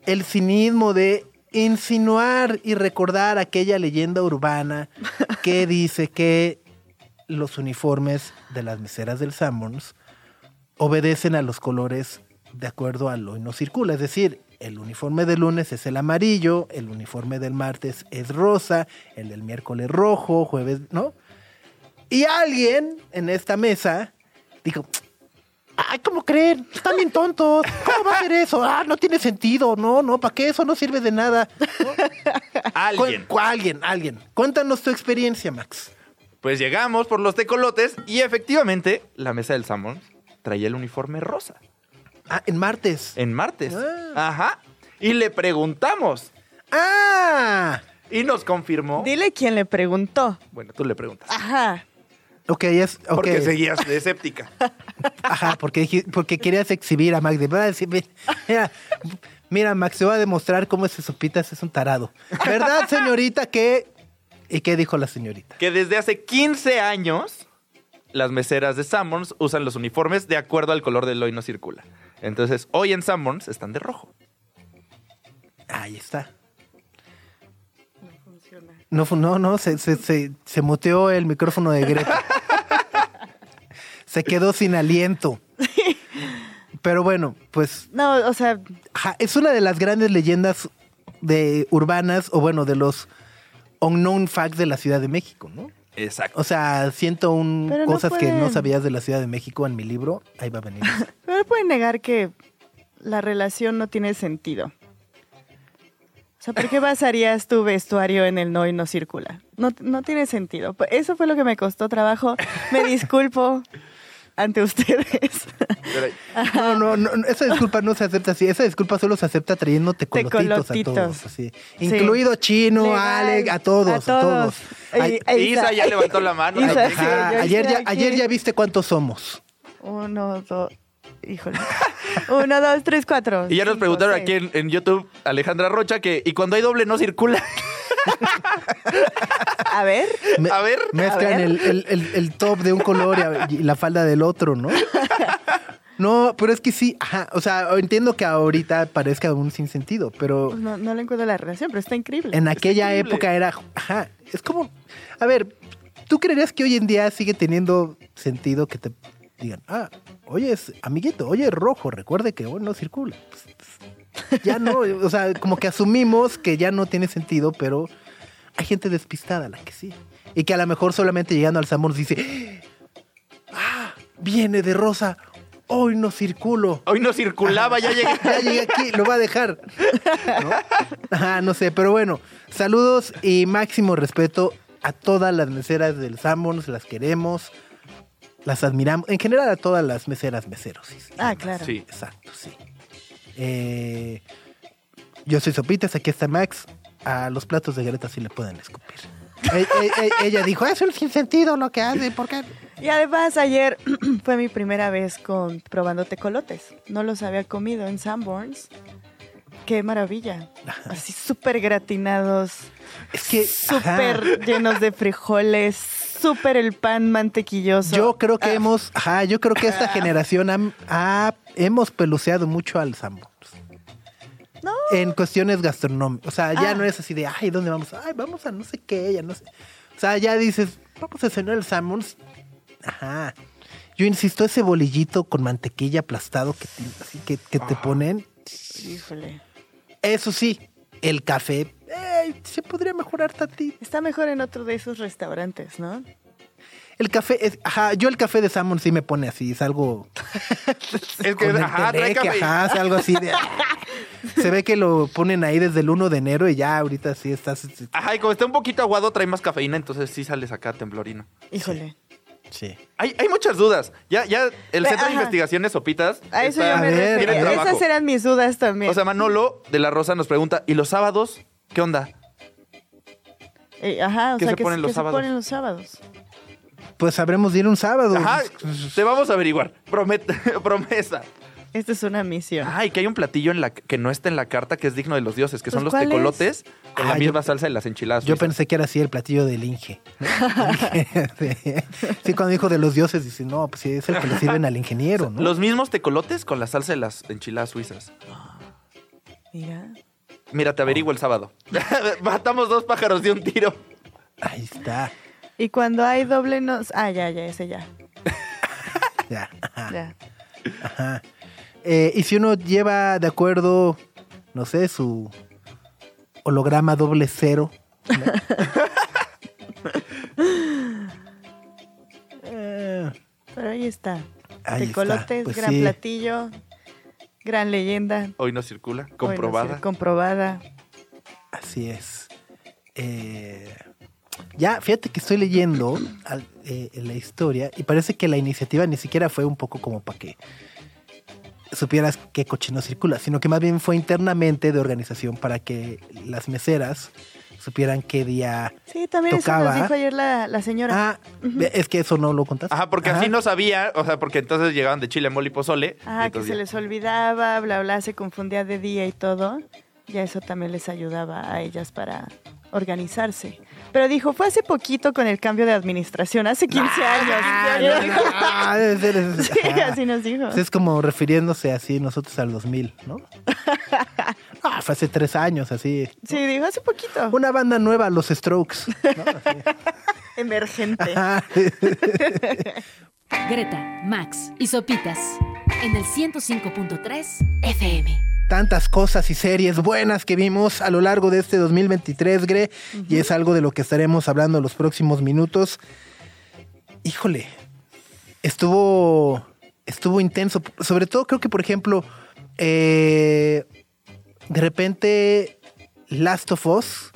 S2: el cinismo de insinuar y recordar aquella leyenda urbana que dice que los uniformes de las meseras del Sammons obedecen a los colores de acuerdo a lo que no circula. Es decir, el uniforme del lunes es el amarillo, el uniforme del martes es rosa, el del miércoles rojo, jueves, ¿no? Y alguien en esta mesa dijo, ay, ¿cómo creen? Están bien tontos. ¿Cómo va a ser eso? Ah, no tiene sentido. No, no, ¿para qué? Eso no sirve de nada. Cu-
S3: Alguien.
S2: cu- alguien, alguien. Cuéntanos tu experiencia, Max.
S3: Pues llegamos por los tecolotes y efectivamente la mesa del salmón traía el uniforme rosa
S2: Ah, en martes.
S3: en martes.
S2: Ah.
S3: Ajá. Y le preguntamos
S2: Ah,
S3: y nos confirmó.
S4: Dile Ah, quién le preguntó.
S3: Bueno, tú le preguntas.
S4: Ajá.
S2: ok, es, ok.
S3: Porque seguías de escéptica.
S2: Ajá, porque, dije- porque querías exhibir a Max. de, "Ah, sí, mira, Mira, mira, Max, te va a demostrar cómo ese Sopitas es un tarado. ¿Verdad, señorita? que ¿Y qué dijo la señorita?
S3: que desde hace 15 años las meseras de Sammons usan los uniformes de acuerdo al color del hoy no circula. Entonces, hoy en Sammons están de rojo.
S2: Ahí está.
S4: No funciona.
S2: No, fu- no, no, se, se, se, se muteó el micrófono de Greta. se quedó sin aliento. Pero bueno, pues
S4: No, o sea,
S2: ajá, es una de las grandes leyendas de urbanas, o bueno, de los unknown facts de la Ciudad de México, ¿no?
S3: Exacto.
S2: O sea, siento un
S4: Pero no
S2: cosas que no
S4: pueden.
S2: sabías de la Ciudad de México en mi libro. Ahí va a venir.
S4: no me pueden negar que la relación no tiene sentido. O sea, ¿por qué basarías tu vestuario en el no y no circula? No, no tiene sentido. Eso fue lo que me costó trabajo. Me disculpo. ante ustedes.
S3: Pero-
S2: No, no, no, no, esa disculpa no se acepta así. Esa disculpa solo se acepta trayéndote
S4: Te
S2: colotitos,
S4: colotitos.
S2: a todos. Así.
S4: Sí.
S2: Incluido Chino,
S4: Legal.
S2: Alec, a todos, a todos. Ay,
S4: Ay,
S3: Isa ya levantó la mano.
S4: Isa,
S3: Ay,
S4: sí,
S2: ajá,
S4: yo
S2: ayer,
S4: estoy
S2: ya,
S4: aquí.
S2: ayer ya viste cuántos somos.
S4: Uno, dos. Híjole. Uno, dos, tres, cuatro.
S3: Y ya nos
S4: cinco,
S3: preguntaron
S4: seis.
S3: aquí en, en YouTube, Alejandra Rocha, que y cuando hay doble no circula.
S4: A ver.
S2: Me-
S3: A ver.
S2: Mezclan
S4: A ver.
S2: El, el- el- el top de un color y a- y la falda del otro, ¿no? No, pero es que sí, ajá, o sea, entiendo que ahorita parezca un sinsentido, pero
S4: Pues no, no le encuentro la relación, pero está increíble.
S2: en aquella
S3: increíble.
S2: época era, ajá, es como, a ver, ¿tú creerías que hoy en día sigue teniendo sentido que te digan, ah, oye, es amiguito, oye, es rojo, recuerde que hoy no circula? Pues, Ya no, o sea, como que asumimos que ya no tiene sentido, pero hay gente despistada la que sí. Y que a lo mejor solamente llegando al Samur dice, ah, viene de rosa, hoy no circulo.
S3: Hoy no circulaba, ya llegué.
S2: Ya llegué aquí, lo va a dejar. ¿No? Ajá, no sé, pero bueno, saludos y máximo respeto a todas las meseras del Sanborns, las queremos, las admiramos, en general a todas las meseras, meseros. sí, sí.
S4: Ah, claro.
S3: Sí.
S2: Exacto, sí. Eh, yo soy Sopitas, aquí está Max. A los platos de Greta sí le pueden escupir. Eh, eh, eh, ella dijo, eso es sin sentido lo que hace, ¿por qué?
S4: Y además ayer fue mi primera vez con probando tecolotes. No los había comido en Sanborns. Qué maravilla. Así súper gratinados,
S2: Es que... ajá.
S4: súper llenos de frijoles, súper el pan mantequilloso.
S2: Yo creo que hemos, ajá, yo creo que esta generación ha, ha- hemos peluceado mucho al Sambo.
S4: No.
S2: En cuestiones gastronómicas. O sea, ya
S4: Ah.
S2: no es así de, ay, ¿dónde vamos? Ay, vamos a no sé qué, ya no sé. O sea, ya dices, vamos a cenar el salmón. Ajá. Yo insisto, ese bolillito con mantequilla aplastado que te, así que, que te ponen.
S4: Híjole.
S2: Eso sí, el café. ey, se podría mejorar tantito.
S4: Está mejor en otro de esos restaurantes, ¿no?
S2: El café, es- ajá, yo el café de salmón sí me pone así, es algo
S3: Es que,
S2: con el
S3: ajá, trae
S2: Telec,
S3: café.
S2: ajá, hace algo así de- Se ve que lo ponen ahí desde el 1 de enero y ya ahorita sí estás.
S3: Ajá, y como está un poquito aguado, trae más cafeína, entonces sí sales acá temblorino.
S4: Híjole.
S2: Sí.
S3: Hay, hay muchas dudas. Ya, ya, el
S4: Ve,
S3: Centro de
S4: ajá.
S3: Investigaciones Sopitas.
S4: A eso
S3: está-
S4: yo me
S2: A ver,
S4: refería.
S2: tiene
S3: trabajo.
S4: Esas eran mis dudas también.
S3: O sea, Manolo de la Rosa nos pregunta, ¿y los sábados? ¿Qué onda?
S4: Eh, ajá, o
S3: ¿qué
S4: sea,
S3: se
S4: que,
S3: ponen
S4: que
S3: los
S4: se
S3: sábados?
S4: ponen los sábados.
S2: Pues sabremos de ir un sábado.
S3: Ajá, te vamos a averiguar. Promet- promesa.
S4: Esta es una misión.
S3: Ay, que hay un platillo en la, que no está en la carta que es digno de los dioses, que son
S4: Pues,
S3: los
S4: ¿cuál es?
S3: tecolotes con la
S2: Ah, yo-
S3: misma salsa de las enchiladas.
S2: Yo
S3: suizas.
S2: pensé que era así el platillo del Inge. ¿no? sí. Sí, cuando dijo de los dioses, dice, no, pues sí, es el que le sirven al ingeniero, ¿no?
S3: Los mismos tecolotes con la salsa de las enchiladas suizas.
S4: Mira.
S3: Mira, te
S4: Oh.
S3: averiguo el sábado. Matamos dos pájaros de un tiro.
S2: Ahí está.
S4: Y cuando hay doble nos... Ah, ya, ya, ese ya.
S2: Ya. Ajá.
S4: ya.
S2: Ajá. Eh, y si uno lleva de acuerdo, no sé, su holograma doble cero. ¿no? Eh,
S4: Pero ahí está.
S2: Ahí está,
S4: Tecolotes,
S2: pues
S4: gran
S2: sí.
S4: platillo, gran leyenda.
S3: Hoy no circula,
S4: Bueno,
S3: comprobada.
S4: sí, comprobada.
S2: así es. Eh, ya, fíjate que estoy leyendo al- eh, la historia y parece que la iniciativa ni siquiera fue un poco como para que supieras qué cochino circula, sino que más bien fue internamente de organización para que las meseras supieran qué día
S4: Sí, también eso
S2: Tocaba.
S4: nos dijo ayer la, la señora.
S2: Ah, es que eso no lo contaste.
S3: Ajá, porque así no sabía, o sea, porque entonces llegaban de Chile, mole y pozole. y
S4: Ah, que
S3: entonces
S4: se
S3: ya.
S4: les olvidaba, bla, bla, se confundía de día y todo. Ya eso también les ayudaba a ellas para organizarse. Pero dijo, fue hace poquito con el cambio de administración, hace 15 años.
S2: Ah,
S4: Y yo
S2: no,
S4: digo,
S2: no, ah, es- es- es-
S4: Sí,
S2: ajá.
S4: así nos dijo.
S2: Pues Es como refiriéndose así nosotros al 2000, ¿no? Ah, fue hace tres años, así.
S4: Sí, dijo hace poquito.
S2: Ah. Una banda nueva, los Strokes. ¿no? Así.
S4: Emergente.
S2: Ajá.
S1: Greta, Max y Sopitas en el 105.3 FM.
S2: Tantas cosas y series buenas que vimos a lo largo de este 2023, Gre, y es algo de lo que estaremos hablando en los próximos minutos. Híjole, estuvo estuvo intenso. Sobre todo creo que, por ejemplo, eh, de repente Last of Us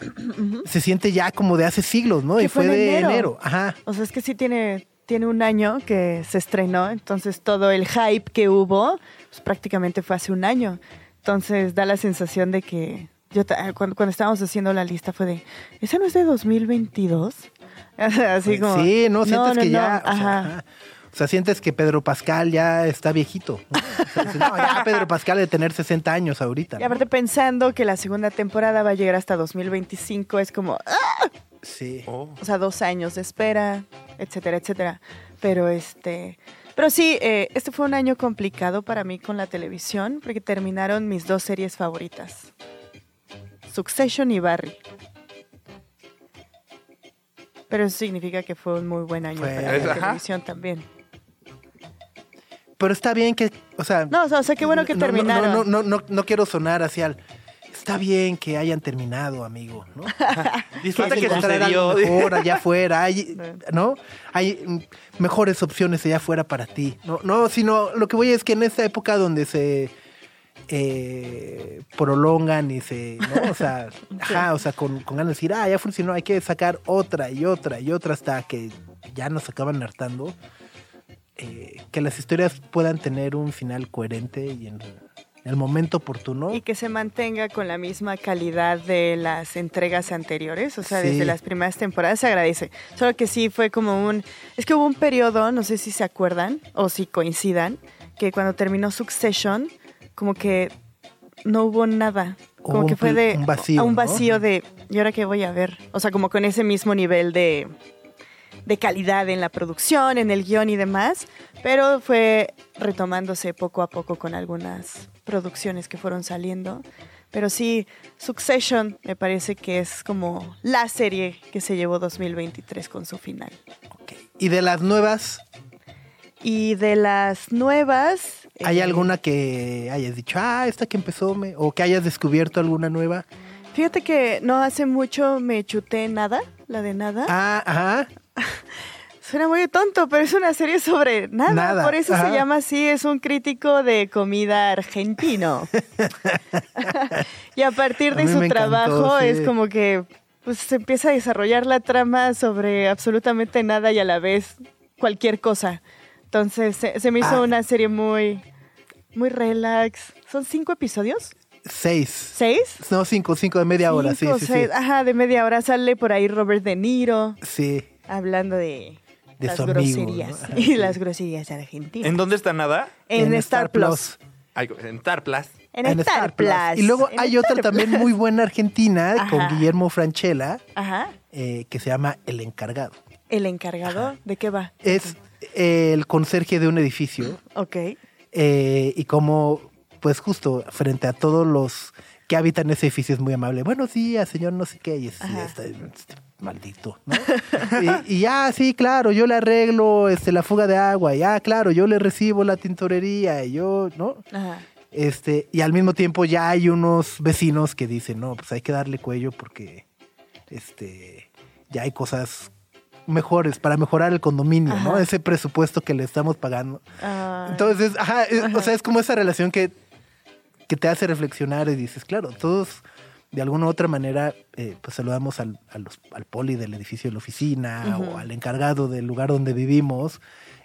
S2: se siente ya como de hace siglos, ¿no?
S4: Que
S2: Y
S4: fue
S2: fue
S4: en
S2: de
S4: enero.
S2: enero. Ajá.
S4: O sea, es que sí tiene, tiene un año que se estrenó, entonces todo el hype que hubo pues, prácticamente fue hace un año. Entonces da la sensación de que yo ta- cuando, cuando estábamos haciendo la lista fue de, ¿esa no es de 2022? Así como...
S2: Pues, sí, no, sientes que
S4: no,
S2: ya. O sea,
S4: ajá.
S2: ajá. O sea, sientes que Pedro Pascal ya está viejito. ¿no? O sea, dices, no, ya Pedro Pascal ha de tener 60 años ahorita.
S4: Y
S2: ¿no?
S4: aparte pensando que la segunda temporada va a llegar hasta 2025, es como, ¡ah!
S2: Sí.
S3: Oh.
S4: o sea, dos años de espera, etcétera, etcétera. Pero este, pero sí, eh, este fue un año complicado para mí con la televisión, porque terminaron mis dos series favoritas, Succession y Barry. Pero eso significa que fue un muy buen año
S2: Fue-
S4: para la
S3: Ajá.
S4: televisión también.
S2: Pero está bien que, o sea,
S4: No, o sea, o sea, qué bueno que
S2: no, no,
S4: terminaron.
S2: No, no, no, no, no quiero sonar hacia el. Está bien que hayan terminado, amigo, ¿no?
S3: Disfruta que
S2: encontrar algo
S3: sucedió.
S2: mejor allá afuera, hay, ¿no? Hay mm, mejores opciones allá afuera para ti. No, no, sino lo que voy es que en esta época donde se eh, prolongan y se, ¿no? O sea, ajá, o sea, con, con ganas de decir, ah, ya funcionó, hay que sacar otra y otra y otra hasta que ya nos acaban hartando. eh, que las historias puedan tener un final coherente y en el momento oportuno.
S4: Y que se mantenga con la misma calidad de las entregas anteriores, o sea,
S2: Sí.
S4: desde las primeras temporadas se agradece. Solo que sí fue como un... Es que hubo un periodo, no sé si se acuerdan o si coincidan, que cuando terminó Succession, como que no hubo nada. Como
S2: Hubo
S4: que
S2: un
S4: fue
S2: pl-
S4: de...
S2: un vacío,
S4: a un
S2: ¿no?
S4: vacío de... ¿Y ahora qué voy a ver? O sea, como con ese mismo nivel de de calidad en la producción, en el guión y demás, pero fue retomándose poco a poco con algunas producciones que fueron saliendo. Pero sí, Succession me parece que es como la serie que se llevó 2023 con su final.
S2: Y de las nuevas,
S4: Y de las nuevas...
S2: ¿Hay
S4: eh,
S2: alguna que hayas dicho, ah, esta que empezó, me- o que hayas descubierto alguna nueva?
S4: Fíjate que no hace mucho me chuté nada, la de nada.
S2: Ah, ajá.
S4: Suena muy tonto, pero es una serie sobre nada.
S2: Nada,
S4: Por eso
S2: ajá.
S4: se llama así. Es un crítico de comida argentino. y a partir
S2: A
S4: de
S2: mí me
S4: su
S2: encantó,
S4: trabajo
S2: sí.
S4: es como que pues, se empieza a desarrollar la trama sobre absolutamente nada y a la vez cualquier cosa. Entonces se, se me hizo
S2: Ah.
S4: una serie muy, muy relax. ¿Son cinco episodios?
S2: Seis.
S4: ¿Seis?
S2: No, cinco, cinco de media hora, sí,
S4: Cinco,
S2: sí,
S4: seis. Ajá, de media hora sale por ahí Robert De Niro
S2: sí. Sí.
S4: hablando de,
S2: De
S4: las
S2: su amigo,
S4: groserías
S2: ¿no? Ajá,
S4: y las groserías argentinas.
S3: ¿En dónde está nada?
S4: En, Star Plus.
S3: Ay, en Tarplas.
S4: En, Star Plus.
S2: Y luego
S4: En
S2: hay
S4: Star
S2: otra
S4: Plus.
S2: también muy buena argentina con
S4: Ajá.
S2: Guillermo Franchella
S4: Ajá.
S2: eh, que se llama El Encargado.
S4: El encargado. ¿De qué va?
S2: Es el conserje de un edificio
S4: Ok.
S2: eh, y como, pues justo frente a todos los que habitan ese edificio es muy amable. Buenos días, señor, no sé qué. Y es- y
S4: Ajá.
S2: está- este, maldito, ¿no? y, y, ah, sí, claro, yo le arreglo este, la fuga de agua. Y ah, claro, yo le recibo la tintorería. Y yo, ¿no?
S4: Ajá.
S2: Este, y al mismo tiempo ya hay unos vecinos que dicen, no, pues hay que darle cuello porque este, ya hay cosas mejores para mejorar el condominio, ¿no?
S4: Ajá.
S2: Ese presupuesto que le estamos pagando.
S4: Ah,
S2: Entonces, ajá, es- o sea, es como esa relación que, que te hace reflexionar y dices, claro, todos de alguna u otra manera, eh, pues saludamos al, a los- al poli del edificio de la oficina o al encargado del lugar donde vivimos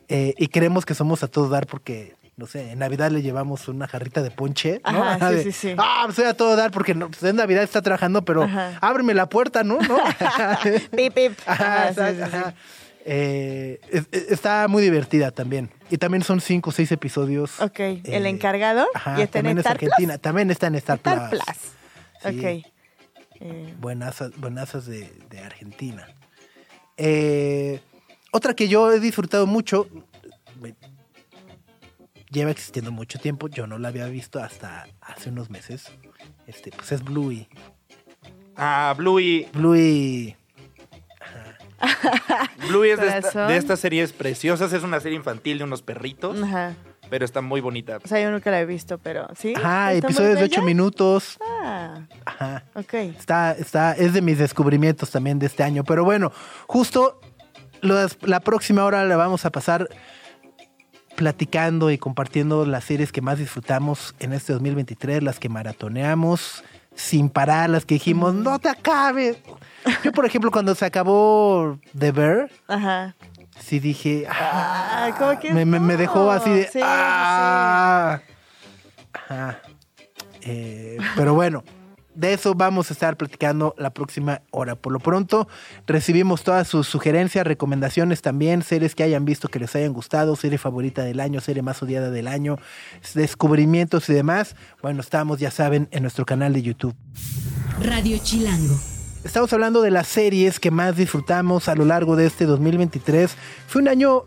S2: eh, y creemos que somos a todos dar porque, no sé, en Navidad le llevamos una jarrita de ponche, ¿no?
S4: Ajá,
S2: Ajá,
S4: sí,
S2: de,
S4: sí, sí.
S2: Ah, pues soy a todo dar porque no, pues en Navidad está trabajando, pero
S4: Ajá.
S2: ábreme la puerta, ¿no? ¿No?
S4: pip, pip.
S2: Ajá,
S4: Ajá, sí,
S2: exacto,
S4: sí, sí.
S2: ajá. Eh, es- es- está muy divertida también. Y también son cinco o seis episodios.
S4: Ok,
S2: Eh,
S4: el encargado.
S2: Ajá,
S4: y está en
S2: también es
S4: Star Plus.
S2: Argentina. También está en Star Plus.
S4: Star Plus.
S2: Sí.
S4: Ok. Eh,
S2: Buenazas, buenazas de, de Argentina. Eh, otra que yo he disfrutado mucho, me- lleva existiendo mucho tiempo, yo no la había visto hasta hace unos meses. Este, pues es Bluey.
S3: Ah, Bluey.
S2: Bluey.
S3: Bluey es de, esta-
S4: Corazón.
S3: de estas series preciosas. Es una serie infantil de unos perritos,
S4: ajá.
S3: pero está muy bonita.
S4: O sea, yo nunca la he visto, pero sí.
S2: Ajá,
S4: ¿Está muy
S2: episodios de
S4: bella?
S2: 8 minutos.
S4: Ah,
S2: Ajá.
S4: ok.
S2: Está, está, es de mis descubrimientos también de este año. Pero bueno, justo las- la próxima hora la vamos a pasar platicando y compartiendo las series que más disfrutamos en este 2023, las que maratoneamos sin parar, las que dijimos, no te acabes. Yo, por ejemplo, cuando se acabó The Bear,
S4: Ajá.
S2: sí dije, ah,
S4: Ah, como que
S2: me, me- me
S4: no.
S2: dejó así de,
S4: Sí,
S2: ah. Ajá. Eh, pero bueno, de eso vamos a estar platicando la próxima hora. Por lo pronto, recibimos todas sus sugerencias, recomendaciones también, series que hayan visto que les hayan gustado, serie favorita del año, serie más odiada del año, descubrimientos y demás. Bueno, estamos, ya saben, en nuestro canal de YouTube.
S1: Radio Chilango.
S2: Estamos hablando de las series que más disfrutamos a lo largo de este 2023. Fue un año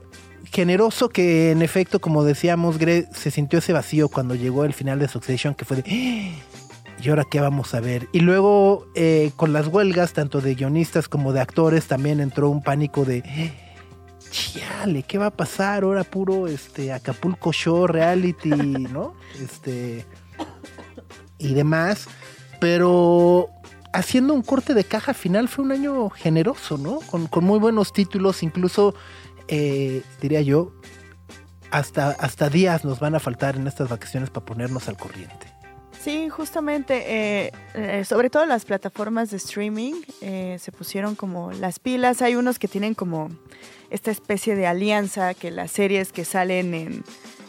S2: generoso que, en efecto, como decíamos, Gre- se sintió ese vacío cuando llegó el final de Succession, que fue de... "Ah, ¿Y ahora qué vamos a ver? Y luego, eh, con las huelgas, tanto de guionistas como de actores, también entró un pánico de... "Ah, Chiale, ¿qué va a pasar? Ahora puro este Acapulco Show, reality, ¿no? Este. Y demás. Pero haciendo un corte de caja final fue un año generoso, ¿no? Con, con muy buenos títulos, incluso, eh, diría yo, hasta, hasta días nos van a faltar en estas vacaciones para ponernos al corriente.
S4: Sí, justamente, eh, eh, sobre todo las plataformas de streaming eh, se pusieron como las pilas. Hay unos que tienen como esta especie de alianza que las series que salen en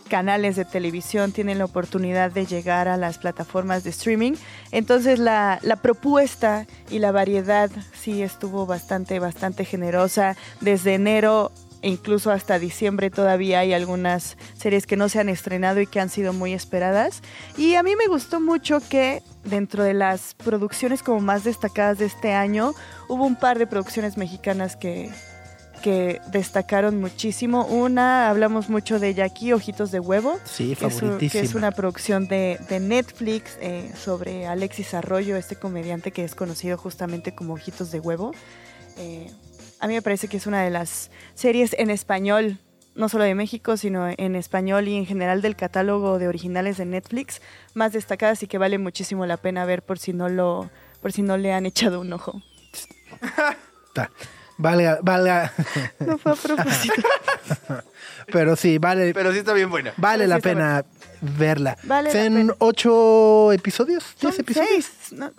S4: canales de televisión tienen la oportunidad de llegar a las plataformas de streaming. Entonces la, la propuesta y la variedad sí estuvo bastante, bastante generosa. Desde enero e incluso hasta diciembre todavía hay algunas series que no se han estrenado y que han sido muy esperadas. Y a mí me gustó mucho que dentro de las producciones como más destacadas de este año, hubo un par de producciones mexicanas que, que destacaron muchísimo. Una, hablamos mucho de Jackie, Ojitos de Huevo,
S2: Sí,
S4: que es, un- que es
S2: favoritísima.
S4: una producción de, de Netflix eh, sobre Alexis Arroyo, este comediante que es conocido justamente como Ojitos de Huevo. Eh, a mí me parece que es una de las series en español, no solo de México, sino en español y en general del catálogo de originales de Netflix, más destacadas y que vale muchísimo la pena ver por si no lo por si no le han echado un ojo.
S2: Ta- Valga, valga,
S4: No fue a propósito.
S2: pero sí, vale,
S3: Pero sí está bien buena.
S2: vale la
S4: sí, está
S2: pena verla.
S4: Vale la
S2: ¿Son
S4: pena.
S2: ocho episodios?
S4: Son
S2: ¿Diez episodios?
S4: seis, ¿no?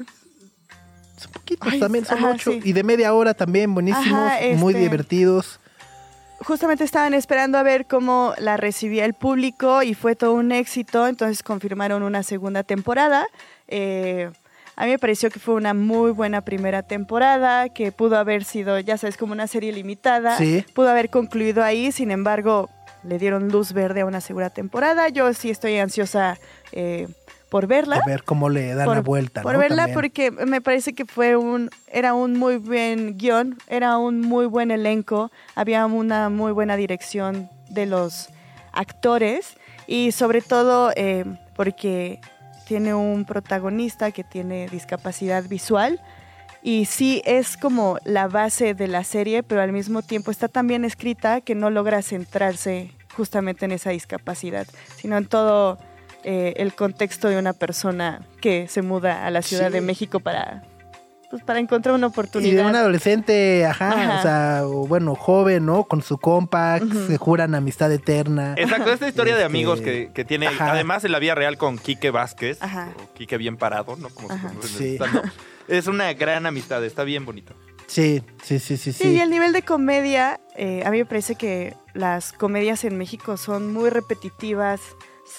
S2: Son poquitos
S4: Ay,
S2: también, son
S4: ajá,
S2: ocho.
S4: sí.
S2: Y de media hora también, buenísimos,
S4: Ajá,
S2: muy
S4: este-
S2: divertidos.
S4: justamente estaban esperando a ver cómo la recibía el público y fue todo un éxito, entonces confirmaron una segunda temporada. Eh, a mí me pareció que fue una muy buena primera temporada, que pudo haber sido, ya sabes, como una serie limitada,
S2: Sí.
S4: pudo haber concluido ahí, sin embargo, le dieron luz verde a una segunda temporada. Yo sí estoy ansiosa eh, por verla
S2: A ver cómo le dan la vuelta.
S4: por
S2: ¿no?
S4: verla
S2: También.
S4: porque me parece que fue un era un muy buen guión era un muy buen elenco había una muy buena dirección de los actores y sobre todo eh, porque tiene un protagonista que tiene discapacidad visual y sí es como la base de la serie pero al mismo tiempo está tan bien escrita que no logra centrarse justamente en esa discapacidad sino en todo eh, el contexto de una persona que se muda a la Ciudad
S2: Sí.
S4: de México para, pues, para encontrar una
S2: Y de
S4: oportunidad.
S2: un adolescente, ajá,
S4: Ajá.
S2: o sea, o bueno, joven, ¿no? Con su compa, que se juran amistad eterna.
S3: Exacto, esta historia de
S2: Este,
S3: amigos que, que tiene,
S2: ajá.
S3: además en la vida real con Quique Vázquez,
S4: Ajá.
S3: o Quique bien parado, ¿no? Como se
S4: Ajá.
S3: conoce en
S2: Sí.
S3: el stand-up. Es una gran amistad, está bien bonito.
S2: Sí, sí, sí, sí,
S4: Sí, y
S2: sí.
S4: el nivel de comedia, eh, a mí me parece que las comedias en México son muy repetitivas,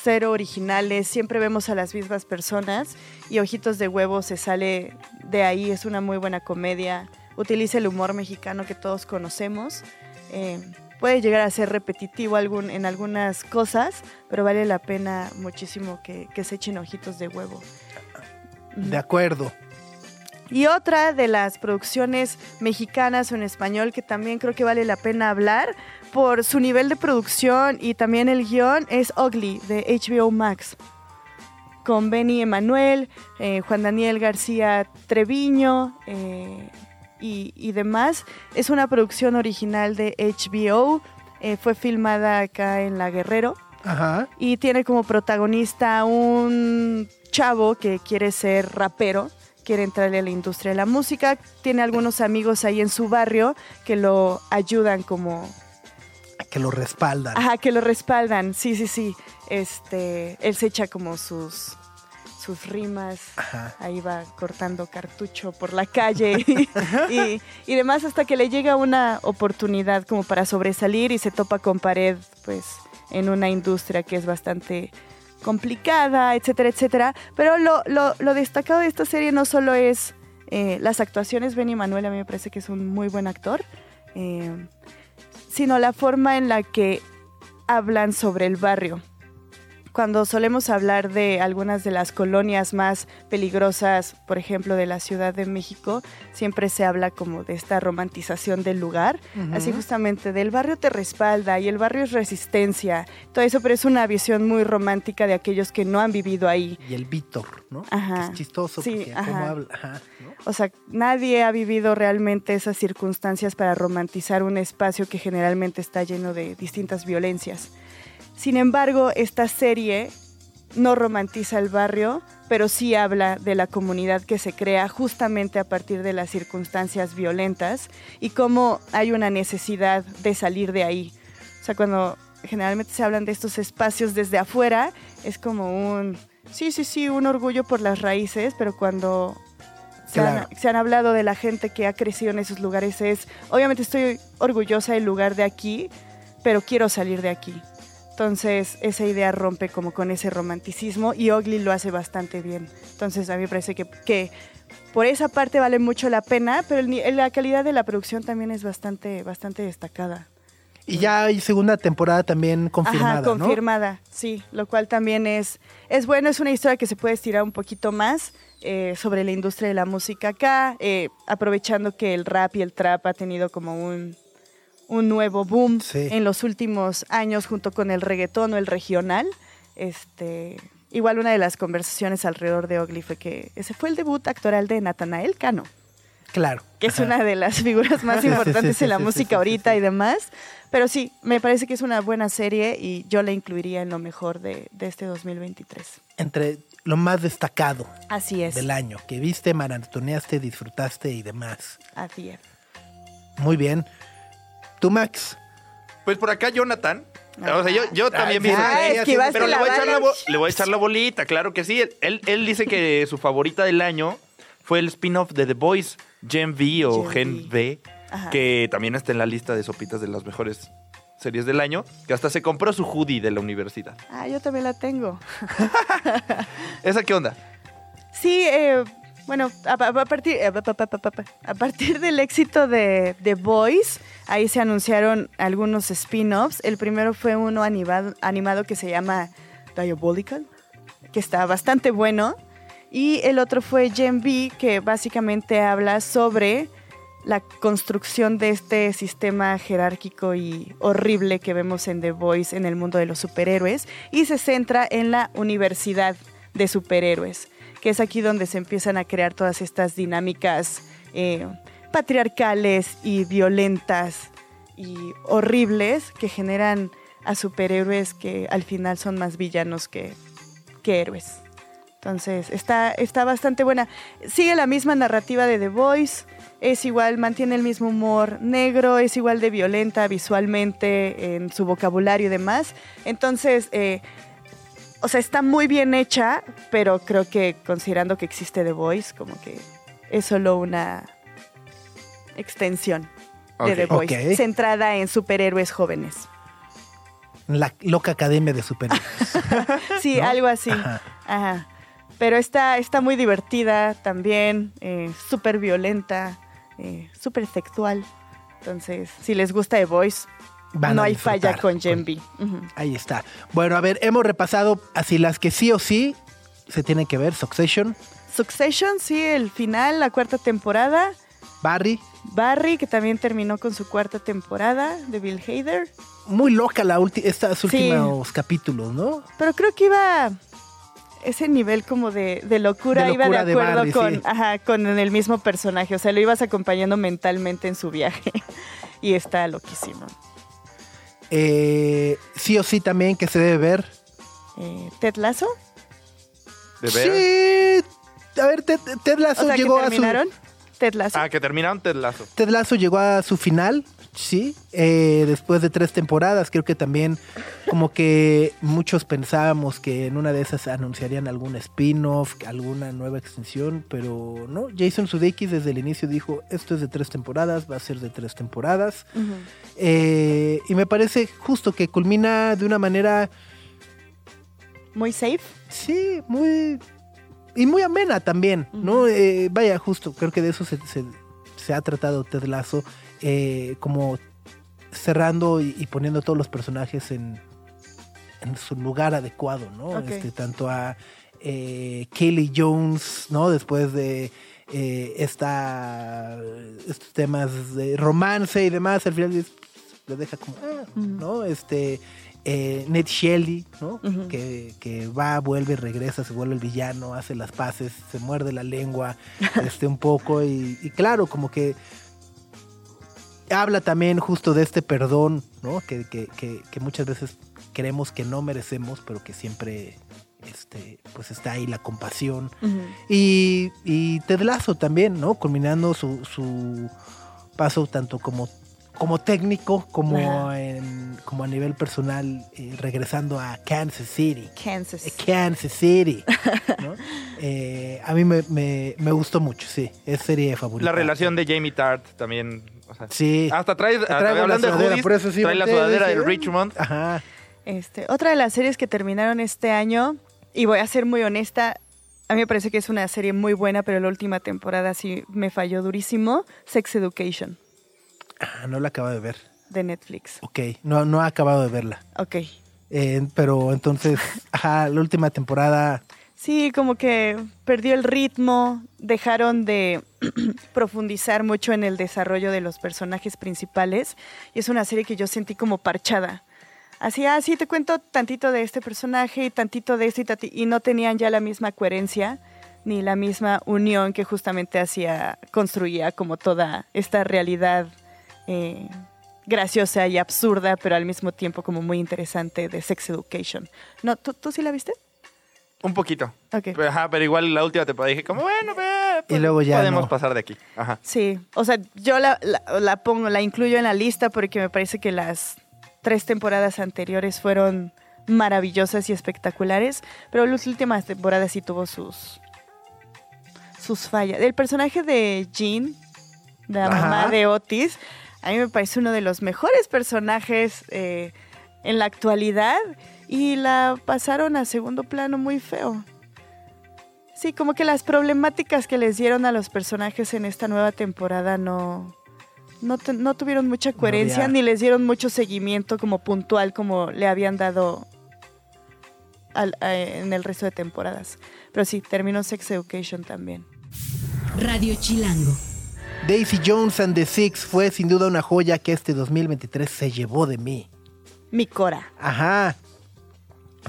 S4: cero originales, siempre vemos a las mismas personas y Ojitos de Huevo se sale de ahí, es una muy buena comedia, utiliza el humor mexicano que todos conocemos, eh, puede llegar a ser repetitivo algún, en algunas cosas, pero vale la pena muchísimo que, que se echen Ojitos de Huevo.
S2: De acuerdo.
S4: Y otra de las producciones mexicanas o en español que también creo que vale la pena hablar por su nivel de producción y también el guión es Ugly de HBO Max. Con Benny Emanuel, eh, Juan Daniel García Treviño eh, y, y demás. Es una producción original de HBO. eh, fue filmada acá en La Guerrero
S2: Ajá.
S4: y tiene como protagonista un chavo que quiere ser rapero, quiere entrarle a la industria de la música, tiene algunos amigos ahí en su barrio que lo ayudan como
S2: Que lo respaldan.
S4: Ajá, que lo respaldan, sí, sí, sí. Este, él se echa como sus sus rimas,
S2: Ajá.
S4: ahí va cortando cartucho por la calle y, y demás hasta que le llega una oportunidad como para sobresalir y se topa con pared pues en una industria que es bastante complicada, etcétera, etcétera. Pero lo, lo- lo destacado de esta serie no solo es eh, las actuaciones, Benny Manuel a mí me parece que es un muy buen actor, eh, sino la forma en la que hablan sobre el barrio. Cuando solemos hablar de algunas de las colonias más peligrosas, por ejemplo, de la Ciudad de México, siempre se habla como de esta romantización del lugar. Así justamente, del barrio te respalda y el barrio es resistencia. Todo eso, pero es una visión muy romántica de aquellos que no han vivido ahí.
S2: Y el Víctor, ¿no?
S4: Ajá.
S2: Que es chistoso
S4: Sí,
S2: porque cómo
S4: ajá.
S2: habla. Ajá, ¿no?
S4: O sea, nadie ha vivido realmente esas circunstancias para romantizar un espacio que generalmente está lleno de distintas violencias. Sin embargo, esta serie no romantiza el barrio, pero sí habla de la comunidad que se crea justamente a partir de las circunstancias violentas y cómo hay una necesidad de salir de ahí. O sea, cuando generalmente se hablan de estos espacios desde afuera, es como un, sí, sí, sí, un orgullo por las raíces, pero cuando se,
S2: Claro.
S4: han, se han hablado de la gente que ha crecido en esos lugares es, obviamente estoy orgullosa del lugar de aquí, pero quiero salir de aquí. Entonces, esa idea rompe como con ese romanticismo y Ogly lo hace bastante bien. Entonces, a mí me parece que, que por esa parte vale mucho la pena, pero el ni- la calidad de la producción también es bastante, bastante destacada.
S2: Y ya hay segunda temporada también confirmada,
S4: Ajá, confirmada, sí, lo cual también es, es bueno, es una historia que se puede estirar un poquito más eh, sobre la industria de la música acá, eh, aprovechando que el rap y el trap ha tenido como un, un nuevo boom
S2: Sí.
S4: en los últimos años junto con el reggaetón o el regional. Este, igual una de las conversaciones alrededor de Ogly fue que ese fue el debut actoral de Natanael Cano
S2: ¿no? Claro.
S4: que es
S2: Ajá.
S4: una de las figuras más
S2: Sí, sí, sí,
S4: importantes
S2: sí,
S4: en la
S2: sí, sí, sí,
S4: música
S2: sí.
S4: ahorita y demás. Pero sí, me parece que es una buena serie y yo la incluiría en lo mejor de, de este 2023.
S2: Entre lo más destacado
S4: Así es.
S2: del año, que viste, maratoneaste, disfrutaste y demás.
S4: Así es.
S2: Muy bien. ¿Tú, Max?
S3: Pues por acá Jonathan.
S4: Ajá.
S3: O sea, yo, yo también vi.
S2: ah,
S3: esa-
S2: esquivaste
S3: Pero le
S4: la
S3: voy, a echar la
S4: bala.
S3: bo- le voy a echar la bolita, claro que sí. Él, él dice que su favorita del año fue el spin-off de The Boys, Gen V o
S4: Gen
S3: Gen V,
S4: Ajá.
S3: que también está en la lista de sopitas de las mejores series del año, que hasta se compró su hoodie de la universidad.
S4: Ah, yo también la tengo.
S3: ¿Esa qué onda?
S4: Sí, eh, bueno, a, a- a partir, eh, pa- pa- pa- pa- pa- a partir del éxito de The Voice, ahí se anunciaron algunos spin-offs. El primero fue uno animado, animado que se llama Diabolical, que está bastante bueno. Y el otro fue Gen B, que básicamente habla sobre la construcción de este sistema jerárquico y horrible que vemos en The Voice en el mundo de los superhéroes y se centra en la universidad de superhéroes, que es aquí donde se empiezan a crear todas estas dinámicas eh, patriarcales y violentas y horribles que generan a superhéroes que al final son más villanos que, que héroes. Entonces, está, está bastante buena. Sigue la misma narrativa de The Voice. Es igual, mantiene el mismo humor negro, es igual de violenta visualmente en su vocabulario y demás. Entonces, eh, o sea, está muy bien hecha, pero creo que considerando que existe The Voice, como que es solo una extensión de The
S3: Ok.
S4: Voice,
S2: Ok.
S4: centrada en superhéroes jóvenes.
S2: La loca academia de superhéroes.
S4: Sí,
S2: ¿no?
S4: algo así.
S2: Ajá.
S4: Ajá. Pero está, está muy divertida también, eh, súper violenta, eh, súper sexual. Entonces, si les gusta The Voice,
S2: Van
S4: no
S2: a
S4: hay
S2: disfrutar
S4: falla con
S2: con-
S4: Gen B. Ujú.
S2: Ahí está. Bueno, a ver, hemos repasado así las que sí o sí se tienen que ver. Succession,
S4: Succession, sí, el final, la cuarta temporada.
S2: Barry.
S4: Barry, que también terminó con su cuarta temporada de Bill Hader.
S2: Muy loca la ulti- estos
S4: Sí.
S2: últimos capítulos, ¿no?
S4: Pero creo que iba ese nivel como de, de locura,
S2: De locura
S4: iba
S2: de
S4: de acuerdo
S2: Barbie,
S4: con,
S2: sí.
S4: ajá, con el mismo personaje. O sea, lo ibas acompañando mentalmente en su viaje. y está loquísimo.
S2: Eh, sí o sí también que se debe ver.
S4: Eh, ¿Ted Lasso?
S3: ¿De ver?
S2: Sí. A ver, Ted, Ted
S4: O
S2: Lasso
S4: sea, que
S2: llegó a su
S4: terminaron. Ted Lasso.
S3: Ah, que terminaron Ted Lasso.
S2: Ted Lasso llegó a su final. Sí, eh, después de tres temporadas, creo que también como que muchos pensábamos que en una de esas anunciarían algún spin-off, alguna nueva extensión, pero no, Jason Sudeikis desde el inicio dijo, esto es de tres temporadas, va a ser de tres temporadas,
S4: Ujú.
S2: Eh, y me parece justo que culmina de una manera,
S4: Muy safe.
S2: sí, muy... Y muy amena también, ¿no? Eh, vaya, justo, creo que de eso se, se- se ha tratado Ted Lasso, eh, como cerrando y, y poniendo todos los personajes en, en su lugar adecuado, ¿no?
S4: Ok.
S2: Este, tanto a eh, Kelly Jones, ¿no? Después de eh, esta, estos temas de romance y demás, al final es- lo deja como, ah,
S4: Ujú.
S2: ¿no? Este, eh, Ned Shelley, ¿no?
S4: Ujú.
S2: que, que va, vuelve, regresa, se vuelve el villano, hace las paces, se muerde la lengua, este, un poco, y, y claro, como que habla también justo de este perdón, ¿no? Que, que- que- que muchas veces creemos que no merecemos, pero que siempre este, pues está ahí la compasión.
S4: Ujú.
S2: Y, y Ted Lasso también, ¿no? Culminando su, su paso tanto como, como técnico como,
S4: Ajá.
S2: en- como a nivel personal, eh, regresando a Kansas City.
S4: Kansas.
S2: Eh, Kansas City. ¿no? Eh, a mí me, me- me gustó mucho, sí. Es serie favorita.
S3: La relación de Jamie Tart también. o sea,
S2: Sí.
S3: Hasta trae, hasta
S2: traigo la
S3: hablando de
S2: sudadera,
S3: hoodies,
S2: por eso sí
S3: trae la
S2: volteé y
S3: sudadera de
S2: dije, "Ah".
S3: Richmond.
S2: Ajá.
S4: Este, otra de las series que terminaron este año, y voy a ser muy honesta, a mí me parece que es una serie muy buena, pero la última temporada sí me falló durísimo, Sex Education
S2: Ah, no la acabo de ver.
S4: de Netflix.
S2: Ok, no, no he acabado de verla.
S4: Ok.
S2: Eh, pero entonces, ajá, la última temporada.
S4: Sí, como que perdió el ritmo, dejaron de profundizar mucho en el desarrollo de los personajes principales y es una serie que yo sentí como parchada. Así, ah, sí, te cuento tantito de este personaje y tantito de esto y tati- y no tenían ya la misma coherencia ni la misma unión que justamente hacía, construía como toda esta realidad eh, graciosa y absurda, pero al mismo tiempo como muy interesante de Sex Education. No, ¿tú, tú sí la viste?
S3: Un poquito.
S4: Ok.
S3: Pero, ajá, pero igual la última temporada dije como, bueno, ve, pues,
S2: Y luego ya
S3: podemos
S2: no.
S3: pasar de aquí. Ajá.
S4: Sí, o sea, yo la, la- la pongo, la incluyo en la lista porque me parece que las tres temporadas anteriores fueron maravillosas y espectaculares, pero las últimas temporadas sí tuvo sus sus fallas. El personaje de Jean, la
S2: Ajá.
S4: mamá de Otis, a mí me parece uno de los mejores personajes eh, en la actualidad y la pasaron a segundo plano muy feo. Sí, como que las problemáticas que les dieron a los personajes en esta nueva temporada no, no, tu- no tuvieron mucha coherencia
S2: había-
S4: ni les dieron mucho seguimiento como puntual como le habían dado al- a- en el resto de temporadas. Pero sí, terminó Sex Education también.
S1: Radio Chilango.
S2: Daisy Jones and the Six fue sin duda una joya que este 2023 se llevó de mí.
S4: Mi Cora.
S2: Ajá.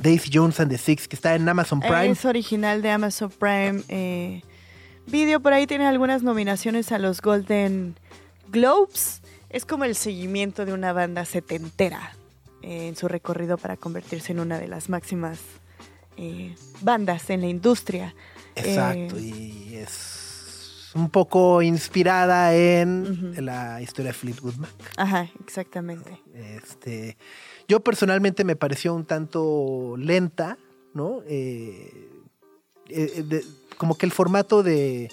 S2: Daisy Jones and the Six, que está en Amazon Prime.
S4: Es eh, original de Amazon Prime eh, Video. Por ahí tiene algunas nominaciones a los Golden Globes. Es como el seguimiento de una banda setentera eh, en su recorrido para convertirse en una de las máximas eh, bandas en la industria.
S2: Exacto,
S4: Eh,
S2: y es un poco inspirada en
S4: Ujú.
S2: la historia de Fleetwood Mac.
S4: Ajá, exactamente.
S2: Este, yo personalmente me pareció un tanto lenta, ¿no? Eh, eh, eh, de- como que el formato de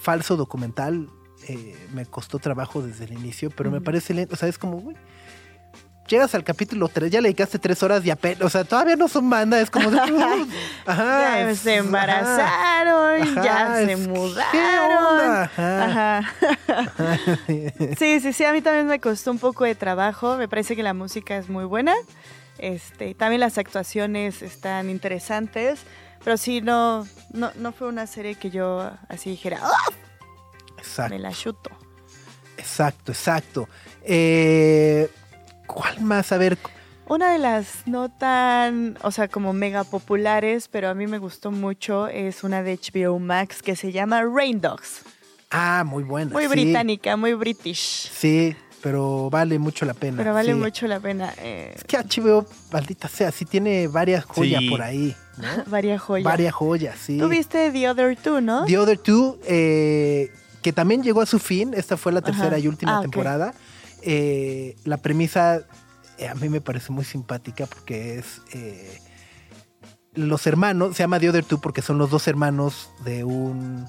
S2: falso documental eh, me costó trabajo desde el inicio, pero me
S4: Ujú.
S2: parece lento, o sea, es como, güey, Llegas al capítulo 3, ya le dedicaste 3 horas y apenas, o sea, todavía no son banda, es como... de- ajá,
S4: ya
S2: Ah, es- ajá.
S4: se embarazaron,
S2: Ajá,
S4: ya se
S2: es- ¿qué
S4: mudaron.
S2: onda? Ajá.
S4: Ajá. sí, sí, sí, a mí también me costó un poco de trabajo. Me parece que la música es muy buena. Este, y también las actuaciones están interesantes. Pero sí, no, no, no fue una serie que yo así dijera, ¡ah!
S2: Exacto,
S4: me la chuto.
S2: exacto, exacto. Eh, ¿Cuál más? A ver,
S4: Una de las no tan, o sea, como mega populares, pero a mí me gustó mucho, es una de HBO Max que se llama Rain Dogs.
S2: ah, muy buena.
S4: Muy
S2: sí.
S4: británica, muy british.
S2: Sí, pero vale mucho la pena.
S4: Pero vale
S2: sí.
S4: mucho la pena. eh,
S2: Es que HBO, maldita sea, sí tiene varias joyas
S3: Sí.
S2: por ahí, ¿no?
S4: varias joyas.
S2: Varias joyas, sí.
S4: Tú viste The Other Two, ¿no?
S2: The Other Two, eh, que también llegó a su fin, esta fue la tercera
S4: Ajá.
S2: y última
S4: Ah, ok.
S2: temporada. eh, la premisa eh, a mí me parece muy simpática porque es eh, los hermanos, se llama The Other Two porque son los dos hermanos de un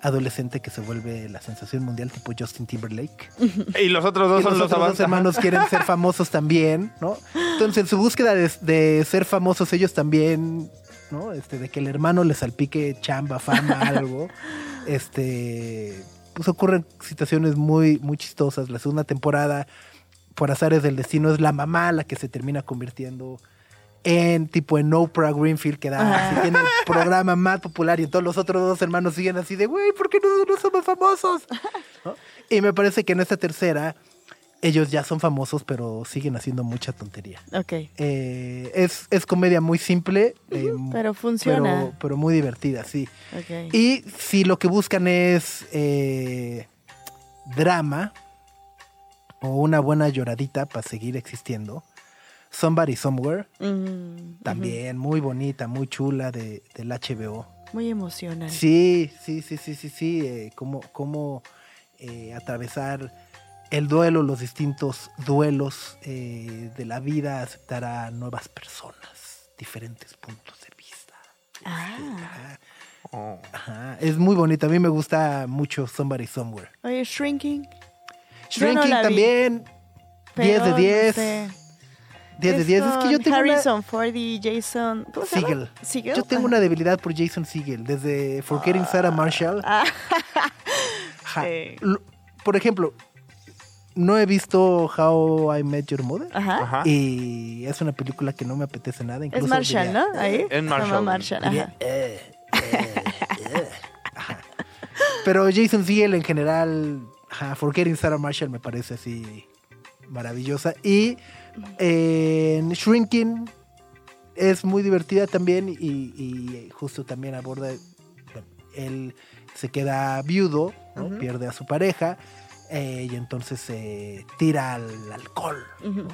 S2: adolescente que se vuelve la sensación mundial tipo Justin Timberlake.
S3: Y los otros dos
S2: Y
S3: son
S2: los otros
S3: los
S2: dos
S3: avanzados.
S2: hermanos quieren ser famosos también, ¿no? Entonces, en su búsqueda de, de ser famosos, ellos también, ¿no? Este, de que el hermano les salpique chamba, fama, algo. Este, pues ocurren situaciones muy, muy chistosas. La segunda temporada, por azares del destino, es la mamá la que se termina convirtiendo en tipo en Oprah Greenfield que da
S4: Ajá.
S2: así, tiene el programa más popular y todos los otros dos hermanos siguen así de güey ¿por qué no, no somos famosos? ¿No? y me parece que en esta tercera ellos ya son famosos pero siguen haciendo mucha tontería
S4: Ok.
S2: Eh, es, es comedia muy simple eh,
S4: Pero
S2: pero,
S4: funciona.
S2: pero muy divertida sí
S4: Ok.
S2: y si lo que buscan es eh, drama o una buena lloradita para seguir existiendo Somebody Somewhere
S4: Mm,
S2: también muy bonita, muy chula de, del HBO.
S4: ujú. Muy emocional.
S2: Sí, sí, sí, sí, sí, sí. eh, cómo cómo, eh, atravesar el duelo, los distintos duelos eh, de la vida, aceptar a nuevas personas, diferentes puntos de vista.
S4: Ah.
S3: Oh.
S2: Ajá, Es muy bonita, a mí me gusta mucho Somebody Somewhere.
S4: Oye, Shrinking. Yo no
S2: Shrinking
S4: la vi,
S2: también, 10 de
S4: pero
S2: 10,
S4: no sé.
S2: 10 de 10. Es que yo
S4: con
S2: tengo una-
S4: Harrison Ford y Jason. ¿Cómo se llama?
S2: Segel.
S4: Segel.
S2: Yo tengo una debilidad por Jason Siegel, desde Forgetting Sarah Marshall.
S4: Ah.
S2: Ajá.
S4: Sí.
S2: Lo- Por ejemplo, no he visto How I Met Your Mother
S4: Ajá.
S3: Ajá.
S2: y es una película que no me apetece nada. Incluso
S4: Es Marshall,
S2: diría-
S4: ¿no? Ahí.
S3: Es
S4: Se llama
S3: Marshall.
S4: Marshall,
S2: diría,
S4: ajá.
S2: "Eh, eh, eh". Ajá. Pero Jason Siegel en general, ajá, Forgetting Sarah Marshall me parece así maravillosa. Y eh, en Shrinking es muy divertida también y, y justo también aborda, bueno, él se queda viudo, ¿no? pierde a su pareja eh, y entonces se tira al alcohol.
S4: Ujú.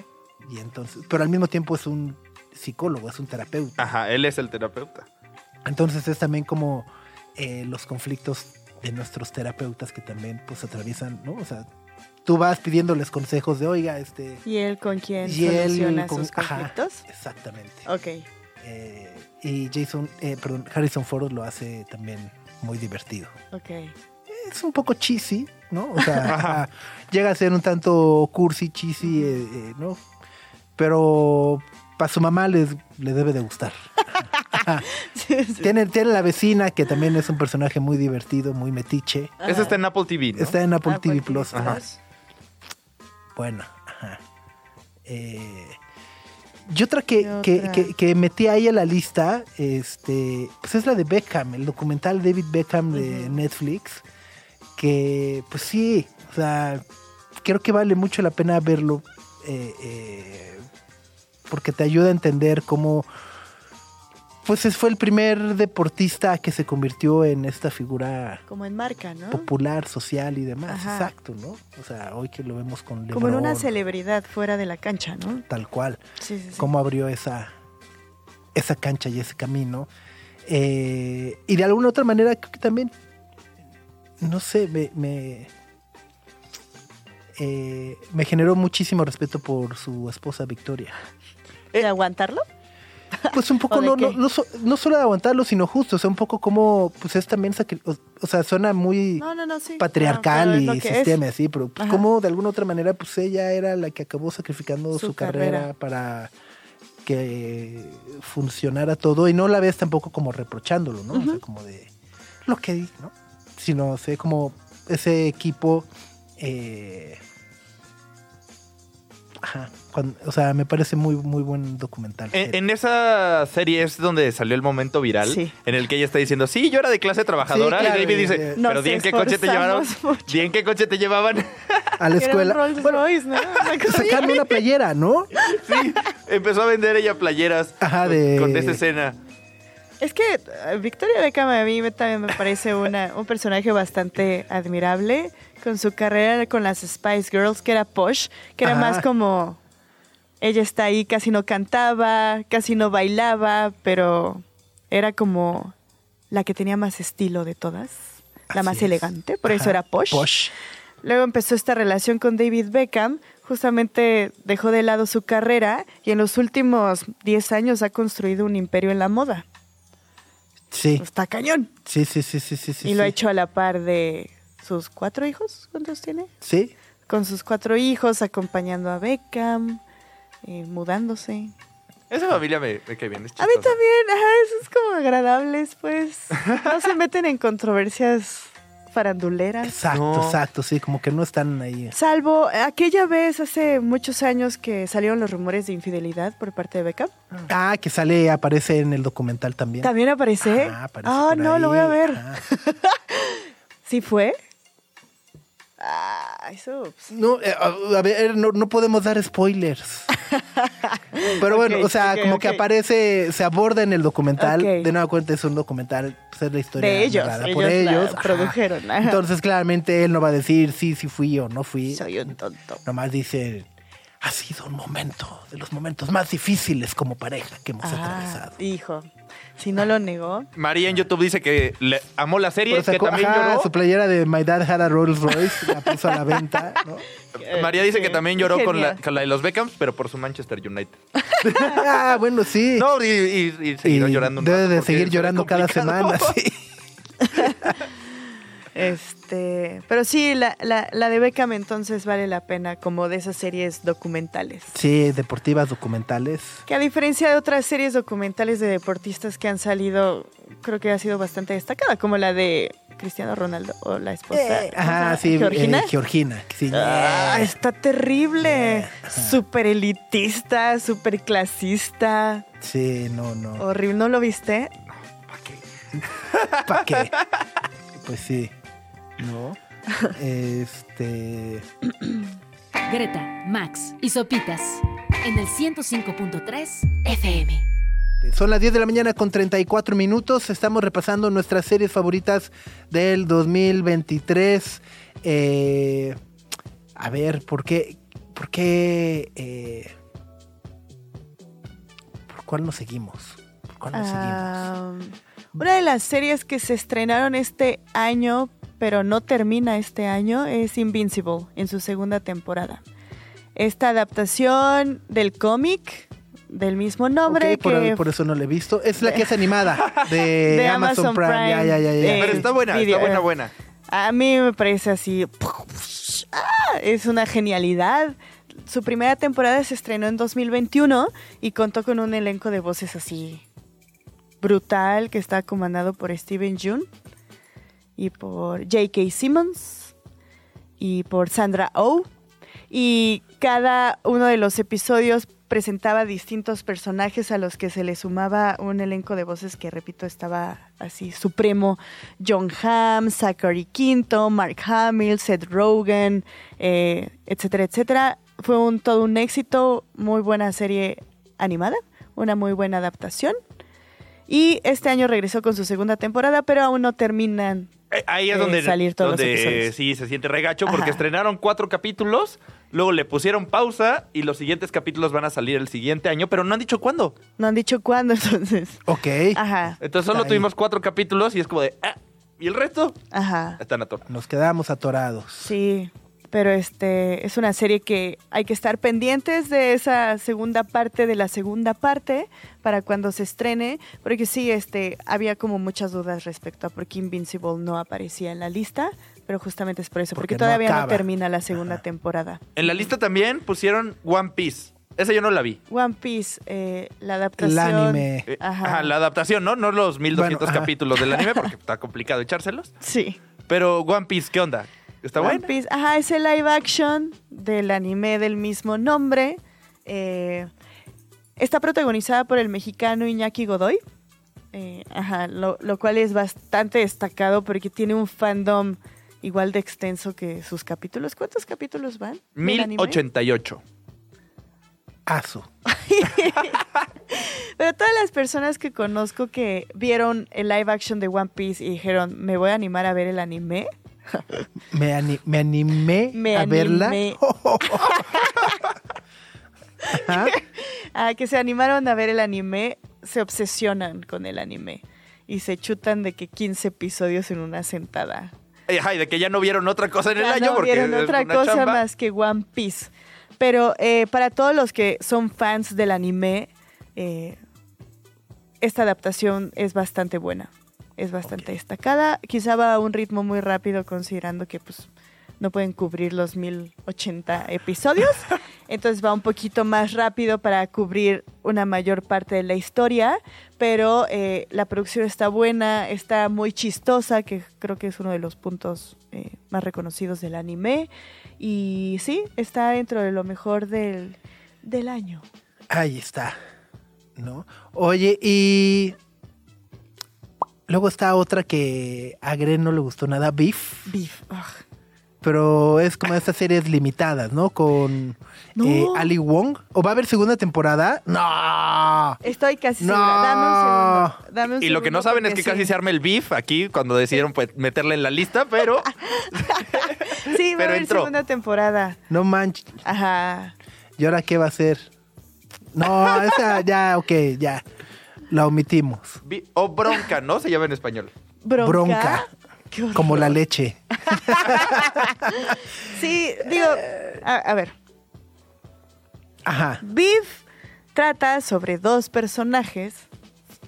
S2: Y entonces, pero al mismo tiempo es un psicólogo, es un terapeuta.
S3: Ajá, él es el terapeuta.
S2: Entonces es también como eh, los conflictos de nuestros terapeutas que también pues atraviesan, ¿no? O sea, tú vas pidiéndoles consejos de, oiga, este...
S4: ¿Y él con quién
S2: y él
S4: soluciona
S2: con-
S4: sus
S2: ajá,
S4: conflictos?
S2: exactamente.
S4: Ok.
S2: Eh, y Jason, eh, perdón, Harrison Ford lo hace también muy divertido.
S4: Ok.
S2: Es un poco cheesy, ¿no? O sea, ajá, llega a ser un tanto cursi, cheesy, eh, eh, ¿no? Pero para su mamá les, le debe de gustar.
S4: Sí, sí.
S2: Tiene, tiene la vecina, que también es un personaje muy divertido, muy metiche.
S3: Ese está en Apple TV, ¿no?
S2: Está en Apple
S4: Ah,
S2: TV
S4: Apple
S2: Plus.
S4: TV
S2: Ajá.
S4: Plus.
S2: Bueno, ajá. Eh, y otra que,
S4: ¿Qué
S2: que-
S4: otra?
S2: que- que metí ahí a la lista, este, pues es la de Beckham, el documental David Beckham de
S4: Ujú.
S2: Netflix, que pues sí, o sea, creo que vale mucho la pena verlo, eh, eh, porque te ayuda a entender cómo, pues es- fue el primer deportista que se convirtió en esta figura
S4: Como en marca, ¿no?
S2: popular, social y demás.
S4: Ajá.
S2: Exacto, ¿no? O sea, hoy que lo vemos con
S4: Como en una
S2: LeBron,
S4: celebridad fuera de la cancha, ¿no?
S2: tal cual.
S4: Sí, sí, sí.
S2: Cómo abrió esa, esa cancha y ese camino. Eh, y de alguna otra manera creo que también, no sé, me, me, eh, me generó muchísimo respeto por su esposa Victoria.
S4: ¿De aguantarlo?
S2: Pues un poco,
S4: ¿O de
S2: no, no,
S4: qué?
S2: no, so- no solo de aguantarlo, sino justo, o sea, un poco como, pues es también, sacri- o, o sea, suena muy...
S4: No, no, no, sí. Ah,
S2: patriarcal
S4: No, pero es lo
S2: y
S4: que es.
S2: sistema y así, pero pues,
S4: Ajá.
S2: como de alguna otra manera, pues ella era la que acabó sacrificando su,
S4: Su
S2: carrera,
S4: carrera.
S2: para que funcionara todo y no la ves tampoco como reprochándolo, ¿no? O sea, como de lo que di, ¿no? Sino, sé, como ese equipo. eh, ajá, cuan- o sea, me parece muy, muy buen documental.
S3: En, en esa serie es donde salió el momento viral
S4: Sí.
S3: en el que ella está diciendo, sí, yo era de clase trabajadora.
S2: Sí, claro,
S3: y David
S2: y-
S3: dice,
S4: Nos
S3: pero di en qué coche te llevaron.
S4: esforzamos mucho.
S3: Di en qué coche te llevaban.
S2: a la
S4: Era un
S2: escuela.
S4: Rolls
S2: Bueno,
S4: Royce, ¿no? Una cosa así.
S2: sacarme una playera, ¿no?
S3: sí, empezó a vender ella playeras
S2: Ajá,
S3: con-
S2: de-
S3: con esa escena.
S4: Es que eh, Victoria Beckham a mí me- también me parece una, un personaje bastante admirable con su carrera con las Spice Girls, que era posh, que era
S2: Ajá.
S4: más como ella está ahí, casi no cantaba, casi no bailaba, pero era como la que tenía más estilo de todas, la
S2: Así
S4: más
S2: es.
S4: elegante, por eso
S2: Ajá,
S4: era posh.
S2: Posh.
S4: Luego empezó esta relación con David Beckham, justamente dejó de lado su carrera y en los últimos 10 años ha construido un imperio en la moda.
S2: Sí,
S4: Está cañón.
S2: sí, sí, sí, sí, sí. sí,
S4: y lo ha
S2: sí.
S4: hecho a la par de sus cuatro hijos. ¿Cuántos tiene?
S2: Sí,
S4: Con sus cuatro hijos, acompañando a Beckham, eh, mudándose.
S3: Esa familia me, me cae bien. es
S4: A mí
S3: chistosa.
S4: también, ajá, eso es como agradables, pues. No se meten en controversias faranduleras.
S2: exacto,
S3: No.
S2: exacto, sí, como que no están ahí.
S4: Salvo aquella vez hace muchos años que salieron los rumores de infidelidad por parte de Beckham.
S2: Ah, que sale, aparece en el documental también.
S4: ¿También aparece?
S2: Ah, aparece
S4: Ah,
S2: por
S4: no, lo voy
S2: ahí. Ah.
S4: a ver.
S2: Ajá.
S4: ¿Sí fue? Ah, eso. pues,
S2: No, eh, a a ver, no, no podemos dar spoilers. Pero bueno,
S4: Ok,
S2: o sea,
S4: ok,
S2: como que
S4: ok.
S2: aparece, se aborda en el documental.
S4: Ok.
S2: De nueva cuenta es un documental, pues es la historia
S4: De ellos,
S2: narrada
S4: ellos
S2: por
S4: la
S2: ellos. Ajá.
S4: produjeron, ajá.
S2: Entonces, claramente él no va a decir sí, sí fui o no fui.
S4: Soy un tonto.
S2: Nomás dice, ha sido un momento, de los momentos más difíciles como pareja que hemos
S4: Ah,
S2: atravesado.
S4: hijo. Si no lo negó.
S3: María en YouTube dice que le amó la serie,
S2: Pero
S3: que
S2: sacó-
S3: también
S2: ajá,
S3: lloró.
S2: su playera de My Dad Had a Rolls Royce, la puso a la venta, ¿no?
S3: María dice que también lloró con la,
S4: Genial.
S3: con la de los Beckhams, pero por su Manchester United.
S2: Ah, bueno, sí.
S3: No, y, y, y seguirá
S2: Y
S3: llorando. un
S2: Debe
S3: rato
S2: de
S3: porque
S2: seguir
S3: está
S2: llorando cada
S3: complicado.
S2: semana, sí.
S4: Este, pero sí, la, la, la de Beckham entonces vale la pena, como de esas series documentales.
S2: Sí, deportivas documentales.
S4: Que a diferencia de otras series documentales de deportistas que han salido, creo que ha sido bastante destacada, como la de Cristiano Ronaldo o la esposa.
S2: Ajá,
S4: ajá,
S2: sí. eh,
S4: Georgina.
S2: Georgina, sí.
S4: Ah,
S2: Eh,
S4: está terrible. Súper elitista, súper clasista.
S2: eh, Sí, no, no.
S4: Horrible. ¿No lo viste?
S2: ¿Para qué? Pues sí. ¿No? Este.
S1: Greta, Max y Sopitas en el 105.3 FM.
S2: Este, Son las 10 de la mañana con 34 minutos. Estamos repasando nuestras series favoritas del 2023. Eh, a ver, ¿por qué? ¿Por qué? eh, ¿Por cuál nos seguimos? ¿Por cuál nos seguimos?
S4: Ah, una de las series que se estrenaron este año, pero no termina este año, es Invincible, en su segunda temporada. Esta adaptación del cómic del mismo nombre
S2: Ok, por,
S4: que
S2: por eso no la he visto. Es la que es animada de,
S4: de
S2: Amazon,
S4: Amazon
S2: Prime. Ya, ya, ya, ya.
S4: Prime,
S3: Pero está buena,
S4: Video.
S3: está buena, buena.
S4: A mí me parece así. ¡ah! Es una genialidad. Su primera temporada se estrenó en 2021 y contó con un elenco de voces así brutal que está comandado por Steven June y por J.K. Simmons y por Sandra Oh. Y cada uno de los episodios presentaba distintos personajes a los que se le sumaba un elenco de voces que, repito, estaba así supremo. John Hamm, Zachary Quinto, Mark Hamill, Seth Rogen, eh, etcétera, etcétera. Fue un, todo un éxito, muy buena serie animada, una muy buena adaptación. Y este año regresó con su segunda temporada, pero aún no terminan.
S3: Eh, Ahí es
S4: Eh,
S3: donde,
S4: salir todos los
S3: donde,
S4: episodios.
S3: sí se siente regacho porque
S4: Ajá.
S3: estrenaron cuatro capítulos, luego le pusieron pausa y los siguientes capítulos van a salir el siguiente año, pero no han dicho cuándo.
S4: No han dicho cuándo, entonces.
S2: Ok.
S4: eh, Ajá,
S3: Entonces solo
S2: Está ahí.
S3: tuvimos cuatro capítulos y es como de, ah, ¿y el resto?
S4: ajá.
S3: Están a tono.
S2: Nos quedamos atorados.
S4: Sí, pero este es una serie que hay que estar pendientes de esa segunda parte de la segunda parte para cuando se estrene, porque sí, este había como muchas dudas respecto a por qué Invincible no aparecía en la lista, pero justamente es por eso,
S2: Porque
S4: porque,
S2: no
S4: todavía no,
S2: acaba.
S4: termina la segunda temporada.
S3: En la lista también pusieron One Piece. Esa yo no la vi.
S4: One Piece, eh, la
S2: El
S4: adaptación.
S2: anime.
S3: Eh,
S4: Ajá.
S3: ajá, la adaptación, ¿no? No los 1200
S2: Bueno, ajá.
S3: capítulos del anime porque está complicado echárselos.
S4: Sí.
S3: Pero One Piece, ¿qué onda? ¿Está
S4: One
S3: bueno?
S4: Piece, ajá, es el live action del anime del mismo nombre. Eh, está protagonizada por el mexicano Iñaki Godoy. Eh, ajá, lo, lo cual es bastante destacado porque tiene un fandom igual de extenso que sus capítulos. ¿Cuántos capítulos van? del anime?
S3: 1088.
S2: Asu.
S4: Pero todas las personas que conozco que vieron el live action de One Piece y dijeron, me voy a animar a ver el anime,
S2: Me, ani- me animé
S4: Me
S2: a verla.
S4: animé.
S2: Ajá.
S4: Ah, que se animaron a ver el anime, se obsesionan con el anime y se chutan de que 15 episodios en una sentada.
S3: Eh, Ajá, y de que ya no vieron otra cosa en el
S4: Ya
S3: año
S4: no
S3: porque
S4: vieron
S3: es
S4: otra
S3: una
S4: cosa
S3: chamba.
S4: más que One Piece. Pero eh, para todos los que son fans del anime, eh, esta adaptación es bastante buena. Es bastante destacada. Quizá va a un ritmo muy rápido considerando que pues no pueden cubrir los 1080 episodios. Entonces va un poquito más rápido para cubrir una mayor parte de la historia. Pero eh, la producción está buena, está muy chistosa, que creo que es uno de los puntos eh, más reconocidos del anime. Y sí, está dentro de lo mejor del, del año.
S2: Ahí está. ¿No? Oye, y. Luego está otra que a Gren no le gustó nada, Beef.
S4: Beef. ugh.
S2: Pero es como estas series limitadas, ¿no? Con
S4: No.
S2: eh, Ali Wong. ¿O va a haber segunda temporada? ¡No!
S4: Estoy casi
S2: No.
S4: segura. Dame un segundo. Dame un
S3: Y lo que no
S4: segundo
S3: saben es
S4: porque
S3: que casi
S4: sí.
S3: se arma el beef aquí cuando decidieron pues, meterle en la lista, pero
S4: Sí, va
S3: pero
S4: a haber
S3: entró.
S4: segunda temporada.
S2: No manches.
S4: Ajá.
S2: ¿Y ahora qué va a hacer? No, esa ya, ok, ya. La omitimos.
S3: bi- o bronca, ¿no? Se llama en español.
S4: Bronca.
S2: Bronca.
S4: Qué horror.
S2: Como la leche.
S4: Sí, digo, a, a ver.
S2: Ajá.
S4: Beef trata sobre dos personajes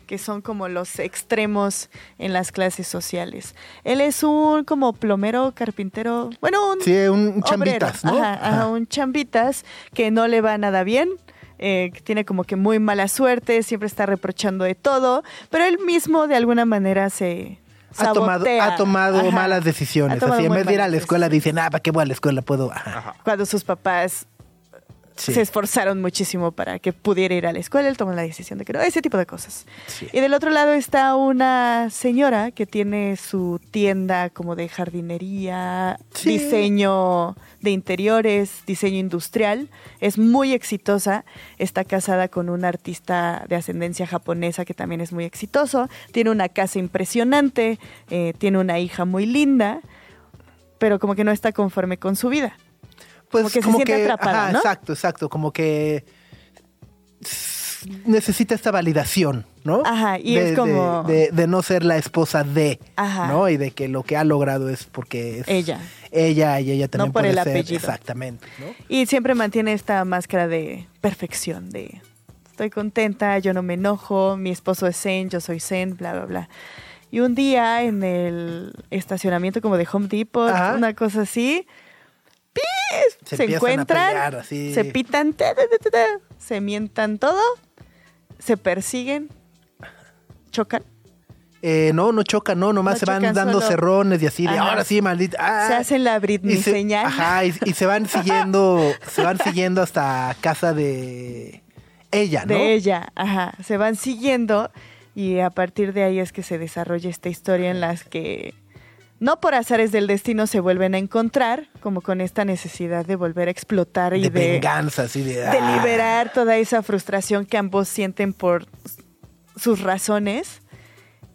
S4: que son como los extremos en las clases sociales. Él es un como plomero, carpintero, bueno, un
S2: Sí, un
S4: obrero.
S2: chambitas, ¿no?
S4: Ajá, ajá,
S2: Ajá.
S4: un chambitas que no le va nada bien, eh, que tiene como que muy mala suerte, siempre está reprochando de todo, pero él mismo de alguna manera se
S2: Ha tomado,
S4: sabotea.
S2: ha tomado
S4: Ajá.
S2: malas
S4: Ha
S2: decisiones.
S4: tomado
S2: Así, en
S4: muy
S2: vez de ir a
S4: malas
S2: la escuela,
S4: decisiones.
S2: dicen, ah, ¿para qué voy a la escuela? Puedo. Ajá.
S3: Ajá.
S4: Cuando sus papás
S2: Sí.
S4: se esforzaron muchísimo para que pudiera ir a la escuela, él tomó la decisión de que no, ese tipo de cosas.
S2: Sí.
S4: Y del otro lado está una señora que tiene su tienda como de jardinería,
S2: Sí.
S4: diseño de interiores, diseño industrial. Es muy exitosa. Está casada con un artista de ascendencia japonesa que también es muy exitoso. Tiene una casa impresionante. eh, tiene una hija muy linda. Pero como que no está conforme con su vida.
S2: Pues
S4: como que se siente atrapada, ¿no?
S2: Exacto, exacto. Como que s- necesita esta validación, ¿no?
S4: Ajá, y es
S2: de-
S4: como-
S2: De, de- de no ser la esposa de,
S4: Ajá.
S2: ¿no? Y de que lo que ha logrado es porque es...
S4: Ella.
S2: Ella y ella también
S4: por
S2: puede
S4: el
S2: ser-
S4: apellido.
S2: Exactamente, ¿no?
S4: Y siempre mantiene esta máscara de perfección, de estoy contenta, yo no me enojo, mi esposo es zen, yo soy zen, bla, bla, bla. Y un día en el estacionamiento como de Home Depot,
S2: Ajá.
S4: una cosa así, ¡pi!
S2: Se
S4: se,
S2: empiezan a
S4: encuentran,
S2: pelear, así.
S4: se pitan, ta, ta, ta, ta, ta, se mientan todo, se persiguen, chocan.
S2: Eh, no, no chocan, no, nomás
S4: No
S2: se van
S4: chocan,
S2: dando
S4: solo-
S2: cerrones y así de,
S4: Ajá.
S2: ahora sí, maldita. ah".
S4: Se hacen la Britney
S2: Y se-
S4: señal.
S2: Ajá, y, y se van siguiendo, se van siguiendo hasta casa de ella, ¿no?
S4: de ella, ajá, se van siguiendo y a partir de ahí es que se desarrolla esta historia en las que no por azares del destino se vuelven a encontrar, como con esta necesidad de volver a explotar y
S2: de,
S4: de,
S2: venganza, así de.
S4: de
S2: ah.
S4: liberar toda esa frustración que ambos sienten por sus razones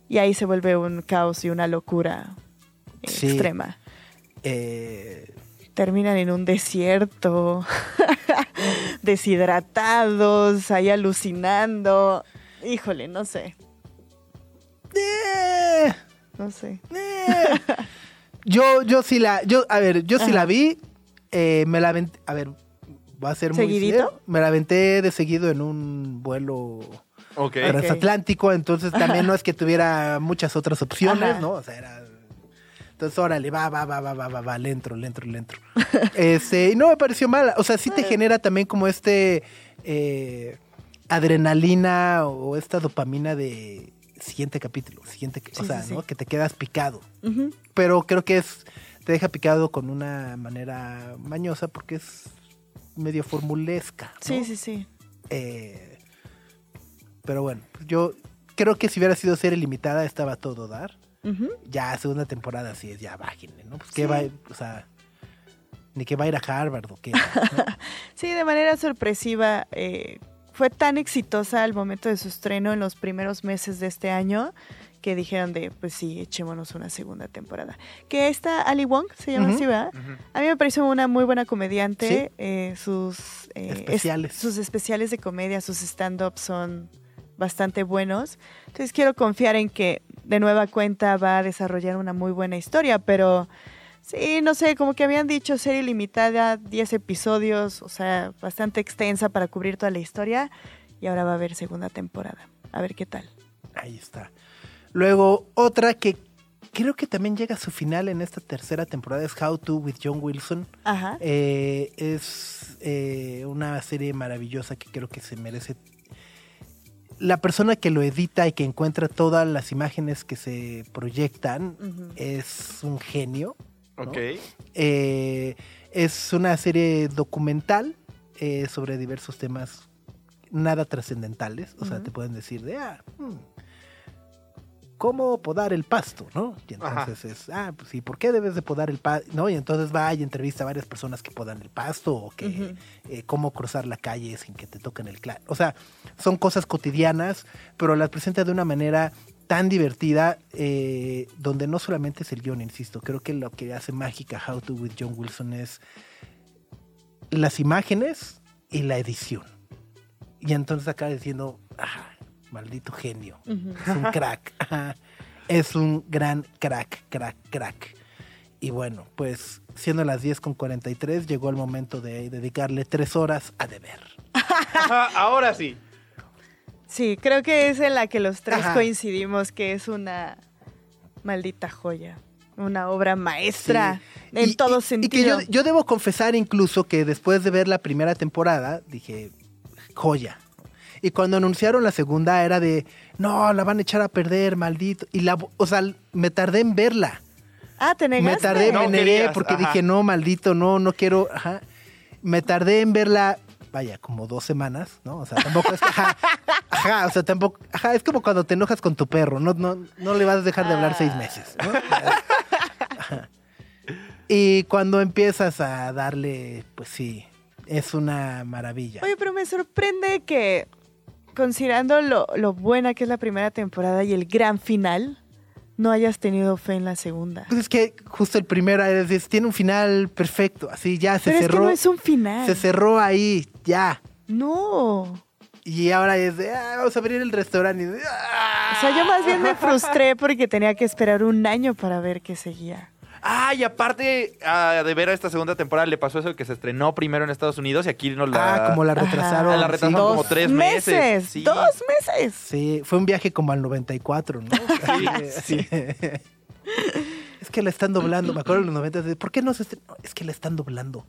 S4: y ahí se vuelve un caos y una locura eh,
S2: Sí.
S4: extrema.
S2: Eh,
S4: Terminan en un desierto, deshidratados, ahí alucinando. Híjole, no sé,
S2: eh,
S4: no sé.
S2: eh. yo, yo sí la, yo, a ver, yo sí
S4: Ajá.
S2: la vi, eh, me la aventé, a ver, va a ser muy
S4: ¿Seguidito?
S2: ciego, me la aventé de seguido en un vuelo
S3: Ok.
S4: Ahora-
S2: transatlántico, entonces también no es que tuviera muchas otras opciones,
S4: Ajá.
S2: ¿no? O sea, era... Entonces, órale, va, va, va, va, va, va, va, le entro, le entro, le entro. Este, y no me pareció mala. O sea, sí
S4: Ah.
S2: te genera también como este eh, adrenalina o esta dopamina de siguiente capítulo, siguiente, o
S4: Sí,
S2: sea,
S4: sí, sí.
S2: ¿no? Que te quedas picado.
S4: Ujú.
S2: Pero creo que es, te deja picado con una manera mañosa porque es medio formulesca. ¿no?
S4: Sí, sí, sí.
S2: Eh, pero bueno, yo creo que si hubiera sido serie limitada estaba a todo dar.
S4: Ujú.
S2: Ya segunda temporada sí es, ya bájenle, ¿no? Pues que
S4: Sí.
S2: va, o sea, ni que va a ir a Harvard o qué. ¿no?
S4: Sí, de manera sorpresiva. eh, fue tan exitosa al momento de su estreno en los primeros meses de este año que dijeron de, pues sí, echémonos una segunda temporada. Que esta Ali Wong, se llama
S2: Ujú.
S4: así, ¿verdad?
S3: Ujú.
S4: A mí me pareció una muy buena comediante.
S2: Sí.
S4: eh, sus eh, es-
S2: Especiales.
S4: sus especiales de comedia, sus stand-ups son bastante buenos. Entonces quiero confiar en que de nueva cuenta va a desarrollar una muy buena historia, pero Sí, no sé, como que habían dicho serie limitada, 10 episodios, o sea, bastante extensa para cubrir toda la historia. Y ahora va a haber segunda temporada. A ver qué tal.
S2: Ahí está. Luego, otra que creo que también llega a su final en esta tercera temporada es How to with John Wilson.
S4: Ajá.
S2: Eh, es eh, una serie maravillosa que creo que se merece. La persona que lo edita y que encuentra todas las imágenes que se proyectan
S4: Ujú.
S2: es un genio. ¿no?
S3: Ok.
S2: Eh, es una serie documental eh, sobre diversos temas nada trascendentales. O sea,
S4: Ujú.
S2: te pueden decir de, ah, hmm, ¿cómo podar el pasto? ¿No? Y
S3: Ajá.
S2: entonces es, ah, pues sí, ¿por qué debes de podar el pasto? ¿No? Y entonces va y entrevista a varias personas que podan el pasto o que
S4: Ujú.
S2: eh, cómo cruzar la calle sin que te toquen el claro. O sea, son cosas cotidianas, pero las presenta de una manera tan divertida, eh, donde no solamente es el guión, insisto, creo que lo que hace mágica How to with John Wilson es las imágenes y la edición. Y entonces acaba diciendo, "Ah, maldito genio,
S4: Ujú.
S2: es un crack. Ajá. Es un gran crack, crack, crack. Y bueno, pues siendo las 10 con 43, llegó el momento de dedicarle tres horas a deber.
S3: Ajá, ahora sí.
S4: Sí, creo que es en la que los tres
S2: Ajá.
S4: coincidimos, que es una maldita joya, una obra maestra en
S2: Y- y-
S4: todo
S2: Y que
S4: sentido.
S2: yo, yo debo confesar incluso que después de ver la primera temporada, dije, joya. Y cuando anunciaron la segunda era de, no, la van a echar a perder, maldito. Y la, o sea, me tardé en verla.
S4: ah, te
S2: Me
S4: negaste.
S2: tardé,
S3: No
S2: me negué
S3: querías,
S2: porque
S3: ajá.
S2: dije, no, maldito, no, no quiero. Ajá. Me tardé en verla, vaya, como dos semanas, ¿no? O sea, tampoco es. Ajá, ajá, o sea, tampoco. Ajá, es como cuando te enojas con tu perro, no, no, no le vas a dejar de hablar
S4: Ah.
S2: seis meses, ¿no? Ajá. Y cuando empiezas a darle, pues sí, es una maravilla.
S4: Oye, pero me sorprende que, considerando lo, lo buena que es la primera temporada y el gran final, no hayas tenido fe en la segunda.
S2: Pues es que justo el primero es, es- tiene un final perfecto, así ya se
S4: pero es que
S2: cerró.
S4: no es un final.
S2: se cerró ahí, ya.
S4: No. O
S2: Y ahora es de, ah, vamos a abrir el restaurante. Y de, ah,
S4: sea, yo más bien me frustré porque tenía que esperar un año para ver qué seguía.
S3: Ah, y aparte ah, de ver a esta segunda temporada le pasó eso de que se estrenó primero en Estados Unidos y aquí nos la...
S2: ah, como la
S4: Ajá.
S2: retrasaron.
S3: Ah, la retrasaron
S2: sí.
S3: como tres meses. Sí.
S4: Dos meses.
S2: Sí, fue un viaje como al 94, ¿no?
S3: Sí, sí.
S2: Es que la están doblando, me acuerdo en los 90, de, ¿por qué no se estrenó? Es que la están doblando.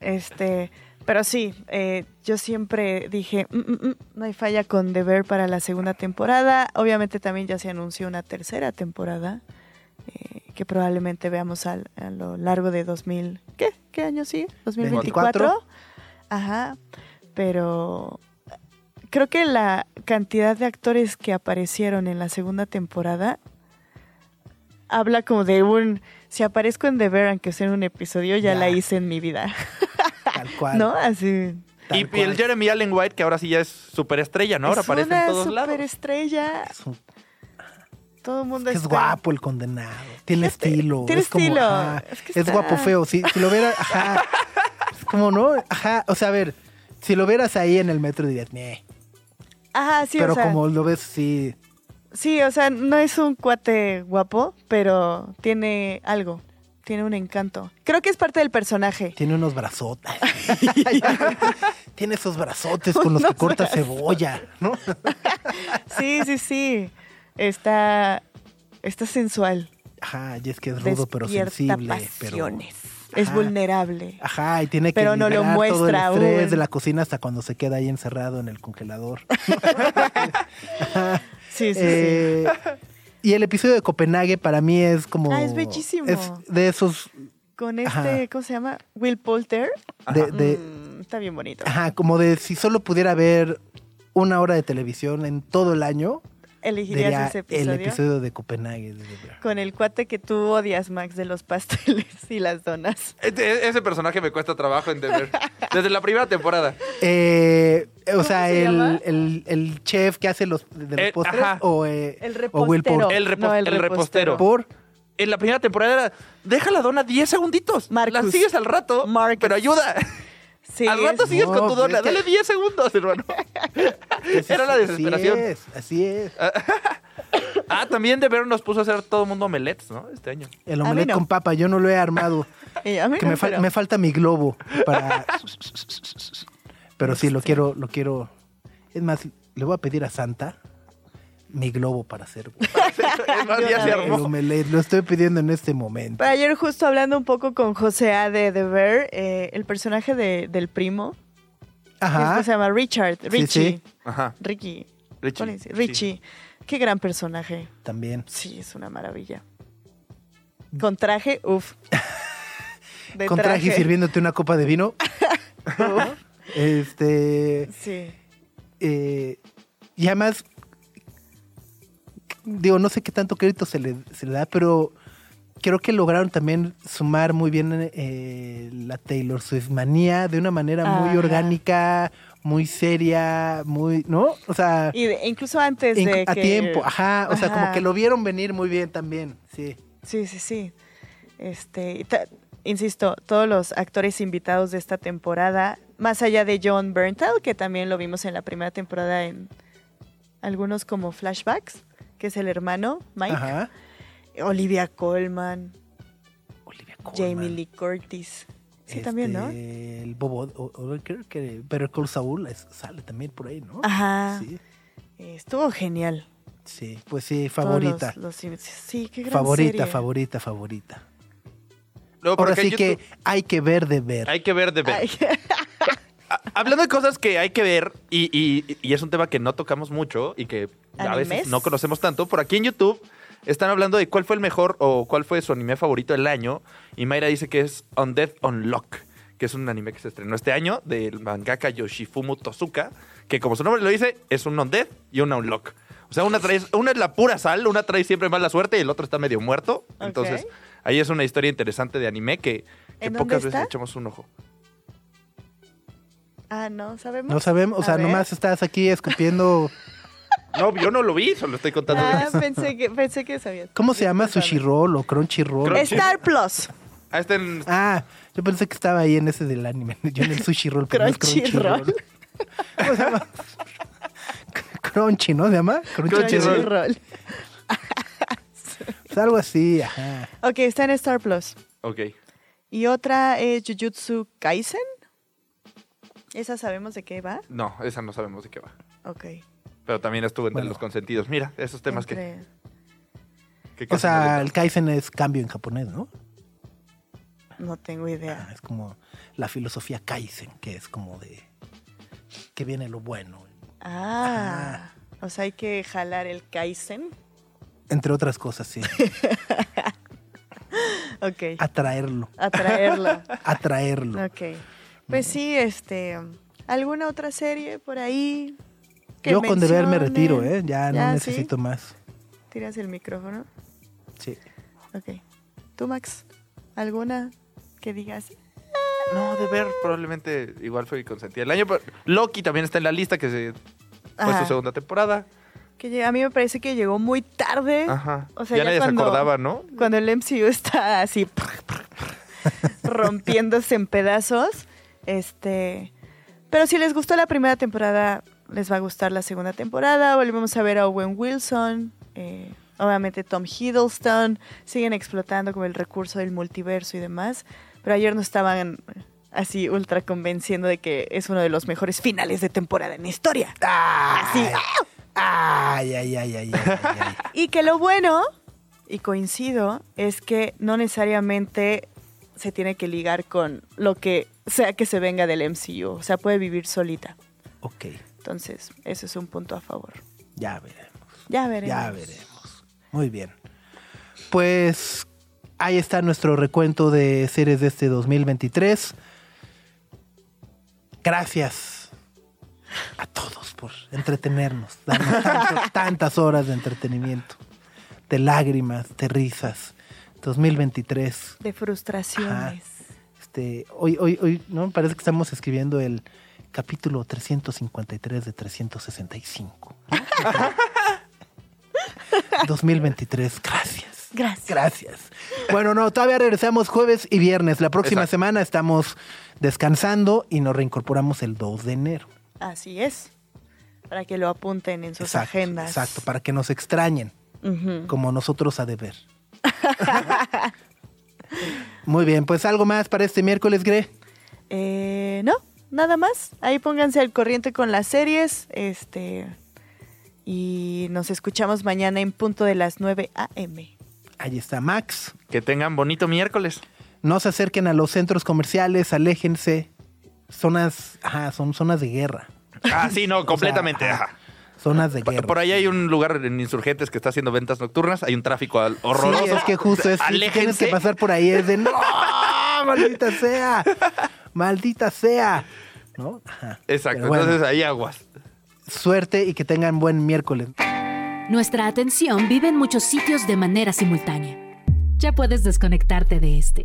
S4: Este, pero sí, eh, yo siempre dije, "Mm, mm, mm, no hay falla con The Bear para la segunda temporada. Obviamente también ya se anunció una tercera temporada eh, que probablemente veamos al- a lo largo de 2000. ¿Qué? ¿Qué año sigue? 2024.
S2: 24.
S4: Ajá. Pero eh, creo que la cantidad de actores que aparecieron en la segunda temporada habla como de un si aparezco en The Bear aunque sea en un episodio ya
S2: Ya.
S4: la hice en mi vida.
S2: Tal cual.
S4: ¿No? Así.
S2: tal
S3: Y, y
S2: cual.
S3: el Jeremy Allen White, que ahora sí ya es superestrella, ¿no? Ahora
S4: es
S3: aparece
S4: una
S3: en todos lados.
S4: superestrella.
S2: Es, un-
S4: Todo el mundo
S2: que es
S4: está-
S2: guapo el condenado. Tiene
S4: Este,
S2: estilo.
S4: tiene
S2: es como,
S4: estilo.
S2: ajá,
S4: Es
S2: es
S4: que está-
S2: guapo feo. Si, si lo vieras, ajá. Es como, ¿no? Ajá. O sea, a ver, si lo vieras ahí en el metro dirías, "Neh".
S4: Ajá, sí,
S2: Pero
S4: o sea,
S2: como lo ves, sí.
S4: sí, o sea, no es un cuate guapo, pero tiene algo. Tiene un encanto. Creo que es parte del personaje.
S2: Tiene unos brazotes. Tiene esos brazotes con los que
S4: Unos
S2: corta
S4: brazotes.
S2: cebolla, ¿no?
S4: Sí, sí, sí. Está, está sensual.
S2: Ajá, y es que es rudo pero
S4: Despierta
S2: sensible. Pero,
S4: pasiones. Es
S2: Ajá. Ah,
S4: vulnerable.
S2: ajá, y tiene que
S4: Pero no lo
S2: liberar todo el
S4: muestra
S2: estrés
S4: aún.
S2: de la cocina hasta cuando se queda ahí encerrado en el congelador. Ajá.
S4: Sí, sí, sí.
S2: Eh, Y el episodio de Copenhague para mí es como...
S4: Ah, es bellísimo.
S2: Es de esos...
S4: Con este,
S2: ajá.
S4: ¿cómo se llama? Will Poulter.
S2: De, de-
S4: Mm, está bien bonito.
S2: ajá, como de si solo pudiera ver una hora de televisión en todo el año,
S4: ¿Elegirías
S2: diría
S4: ese
S2: el
S4: episodio?
S2: episodio de Copenhague. de The Bear.
S4: Con el cuate que tú odias, Max, de los pasteles y las donas.
S3: E- e- ese personaje me cuesta trabajo entender. Desde la primera temporada.
S2: Eh, o
S4: ¿Cómo
S2: sea,
S4: se llama?
S2: el, el- el chef que hace los, de los
S3: El-
S2: postres
S3: ajá.
S2: o, eh,
S4: El
S2: o Will
S4: repostero.
S2: Poulter.
S3: El, repos-
S4: No, el
S3: el repostero.
S2: Por
S3: En la primera temporada era, deja la dona 10 segunditos.
S4: Marcus.
S3: La sigues al rato,
S4: Marcus.
S3: pero ayuda.
S4: Sí,
S3: al rato
S4: es-
S3: sigues con tu
S2: No,
S3: dona.
S2: es que-
S3: Dale 10 segundos, hermano.
S2: Ese
S3: Era Ah.
S2: es-
S3: la desesperación.
S2: Así es, así es.
S3: Ah, también de verano nos puso a hacer todo el mundo omelettes, ¿no? Este año.
S2: El
S4: mí
S2: omelette
S4: no.
S2: con papa, yo no lo he armado.
S4: Y a mí
S2: que
S4: no,
S2: me, fal-
S4: pero-
S2: me falta mi globo para. Pero sí, lo
S4: Este.
S2: quiero, lo quiero. Es más, le voy a pedir a Santa mi globo para hacer
S3: Es más,
S4: Yo
S3: ya se
S4: también.
S2: el
S3: armó.
S2: omelette. Lo estoy pidiendo en este momento.
S4: Pero ayer justo hablando un poco con José A. de The Bear, eh, el personaje de- del primo, que
S2: Ajá.
S4: se llama Richard, Richie,
S2: sí.
S3: Ajá.
S4: Ricky,
S3: Richie.
S4: ¿cuál es? Richie. Qué gran personaje.
S2: También.
S4: Sí, es una maravilla. Con traje, uff. De
S2: Con traje y sirviéndote una copa de vino.
S4: uf.
S2: Este.
S4: Sí.
S2: eh, y además. Digo, no sé qué tanto crédito se le, se le da, pero creo que lograron también sumar muy bien eh, la Taylor Swift manía de una manera muy
S4: Ajá.
S2: orgánica, muy seria, muy. ¿No? O sea.
S4: Y de- incluso antes de
S2: inc- a
S4: que-
S2: tiempo, ajá. O sea, como
S4: Ajá.
S2: que lo vieron venir muy bien también. Sí.
S4: Sí, sí, sí. Este, y ta- insisto, todos los actores invitados de esta temporada, más allá de John Bernthal, que también lo vimos en la primera temporada en algunos como flashbacks, que es el hermano Mike,
S2: Ajá.
S4: Olivia Colman,
S2: Olivia Colman.
S4: Jamie Lee Curtis. Sí, también, ¿no?
S2: Este, El Bobo, o- o- creo que Better Call Saul es- sale también por ahí, ¿no?
S4: Ajá.
S2: Sí,
S4: Eh, Estuvo genial.
S2: sí, pues sí,
S4: Todos
S2: favorita.
S4: los- los- sí, qué gran
S2: favorita,
S4: serie.
S2: favorita, favorita.
S3: Luego, por
S2: Ahora
S3: acá
S2: sí
S3: en
S2: que
S3: YouTube,
S2: hay que ver de ver.
S3: Hay que ver de ver.
S4: Ay,
S3: Ah, Hablando de cosas que hay que ver, y, y- y es un tema que no tocamos mucho y que a
S4: ¿Animes?
S3: veces no conocemos tanto, por aquí en YouTube están hablando de cuál fue el mejor o cuál fue su anime favorito del año. Y Mayra dice que es On Death Unlock, que es un anime que se estrenó este año del mangaka Yoshifumu Tozuka, que como su nombre lo dice, es un On Death y un Unlock. O sea, una, trae- una es la pura sal, una trae siempre mala suerte y el otro está medio muerto. Entonces,
S4: Ok.
S3: ahí es una historia interesante de anime que, que
S4: ¿En dónde
S3: pocas veces
S4: está?
S3: le echamos un ojo.
S4: ah, no, sabemos.
S2: No sabemos, o
S4: A
S2: sea,
S4: ver.
S2: nomás estás aquí escupiendo.
S3: No, yo no lo vi, solo estoy contando.
S4: Ah, pensé que, pensé que sabías.
S2: ¿Cómo se llama?
S4: Discúlpame.
S2: Sushi Roll o Crunchy Roll.
S3: Crunchy.
S4: Star Plus.
S3: Ah, está en-
S2: Ah, yo pensé que estaba ahí en ese del anime. Yo en el Sushi Roll. pero no es
S4: Crunchy Roll.
S2: ¿Cómo se llama? Crunchy, ¿no? ¿Se llama?
S3: Crunchy Roll.
S4: Roll.
S2: Pues algo así, ajá.
S4: Ok, está en Star Plus.
S3: Ok.
S4: Y otra es Jujutsu Kaisen. Esa sabemos de qué va.
S3: No, esa no sabemos de qué va.
S4: Ok.
S3: Pero también estuvo entre
S2: Bueno.
S3: los consentidos. Mira, esos temas que-
S4: Entre-
S3: que,
S2: O
S3: casi no
S2: sea,
S3: le-
S2: el Kaizen es cambio en japonés, ¿no?
S4: No tengo
S2: Ah,
S4: idea.
S2: Es como la filosofía Kaizen, que es como de que viene lo bueno,
S4: Ah. O sea, hay que jalar el Kaisen.
S2: entre otras cosas, sí.
S4: Ok.
S2: Ah. Atraerlo,
S4: Atraerlo.
S2: atraerlo.
S4: Ok. Pues sí, este. ¿Alguna otra serie por ahí? que
S2: Yo con deber me retiro, ¿eh?
S4: mencionen?
S2: Ya,
S4: ¿Ya,
S2: no
S4: sí?
S2: necesito más.
S4: Tiras el micrófono.
S2: Sí.
S4: Ok. ¿Tú, Max? ¿Alguna que digas?
S3: No, de ver, probablemente igual fue consentida el año. Pero Loki también está en la lista, que se... fue
S4: Ajá.
S3: su segunda temporada.
S4: Que llega- a mí me parece que llegó muy tarde
S3: Ajá.
S4: O sea,
S3: ya,
S4: ya
S3: nadie
S4: cuando-
S3: se acordaba, ¿no?
S4: cuando el MCU está así rompiéndose en pedazos. Este, pero si les gustó la primera temporada, les va a gustar la segunda temporada. Volvemos a ver a Owen Wilson, eh, obviamente Tom Hiddleston. Siguen explotando como el recurso del multiverso y demás. Pero ayer no estaban así ultra convenciendo de que es uno de los mejores finales de temporada en la historia. Así.
S2: Ay, ay, ay, ay, ay, ay, ay.
S4: Y que lo bueno, y coincido, es que no necesariamente se tiene que ligar con lo que sea que se venga del MCU. O sea, puede vivir solita.
S2: Ok,
S4: Entonces, eso es un punto a favor.
S2: ya veremos.
S4: Ya veremos.
S2: Ya veremos. Muy bien. Pues ahí está nuestro recuento de series de este 2023. Gracias a todos por entretenernos, darnos tanto- tantas horas de entretenimiento, de lágrimas, de risas. 2023.
S4: De frustraciones.
S2: Este, hoy, hoy, hoy, ¿no? Parece que estamos escribiendo el capítulo 353 de 365. ¿no? 2023, gracias.
S4: Gracias.
S2: Gracias. Bueno, no, todavía regresamos jueves y viernes. La próxima
S3: Exacto.
S2: semana estamos descansando y nos reincorporamos el 2 de enero.
S4: Así es. Para que lo apunten en sus agendas.
S2: Exacto, para que nos extrañen.
S4: Ujú.
S2: como nosotros a deber. Muy bien, pues algo más para este miércoles, Gre.
S4: Eh, no, nada más. Ahí pónganse al corriente con las series. Este. Y nos escuchamos mañana en punto de las 9 a.m.
S2: Ahí está Max.
S3: Que tengan bonito miércoles.
S2: No se acerquen a los centros comerciales, aléjense. Zonas, ajá, son zonas de guerra.
S3: Ah, sí, no, completamente.
S2: ajá.
S3: ajá.
S2: Zonas de guerra.
S3: Ah, Por ahí hay un lugar en Insurgentes que está haciendo ventas nocturnas. Hay un tráfico al- horroroso.
S2: Sí, es que justo es. Tienes
S3: Aléjense. Ah,
S2: que pasar por ahí. Es de no, maldita sea. Maldita sea. ¿No? Ajá.
S3: Exacto.
S2: Pero bueno,
S3: Entonces ahí aguas.
S2: suerte y que tengan buen miércoles.
S1: Nuestra atención vive en muchos sitios de manera simultánea. Ya puedes desconectarte de este.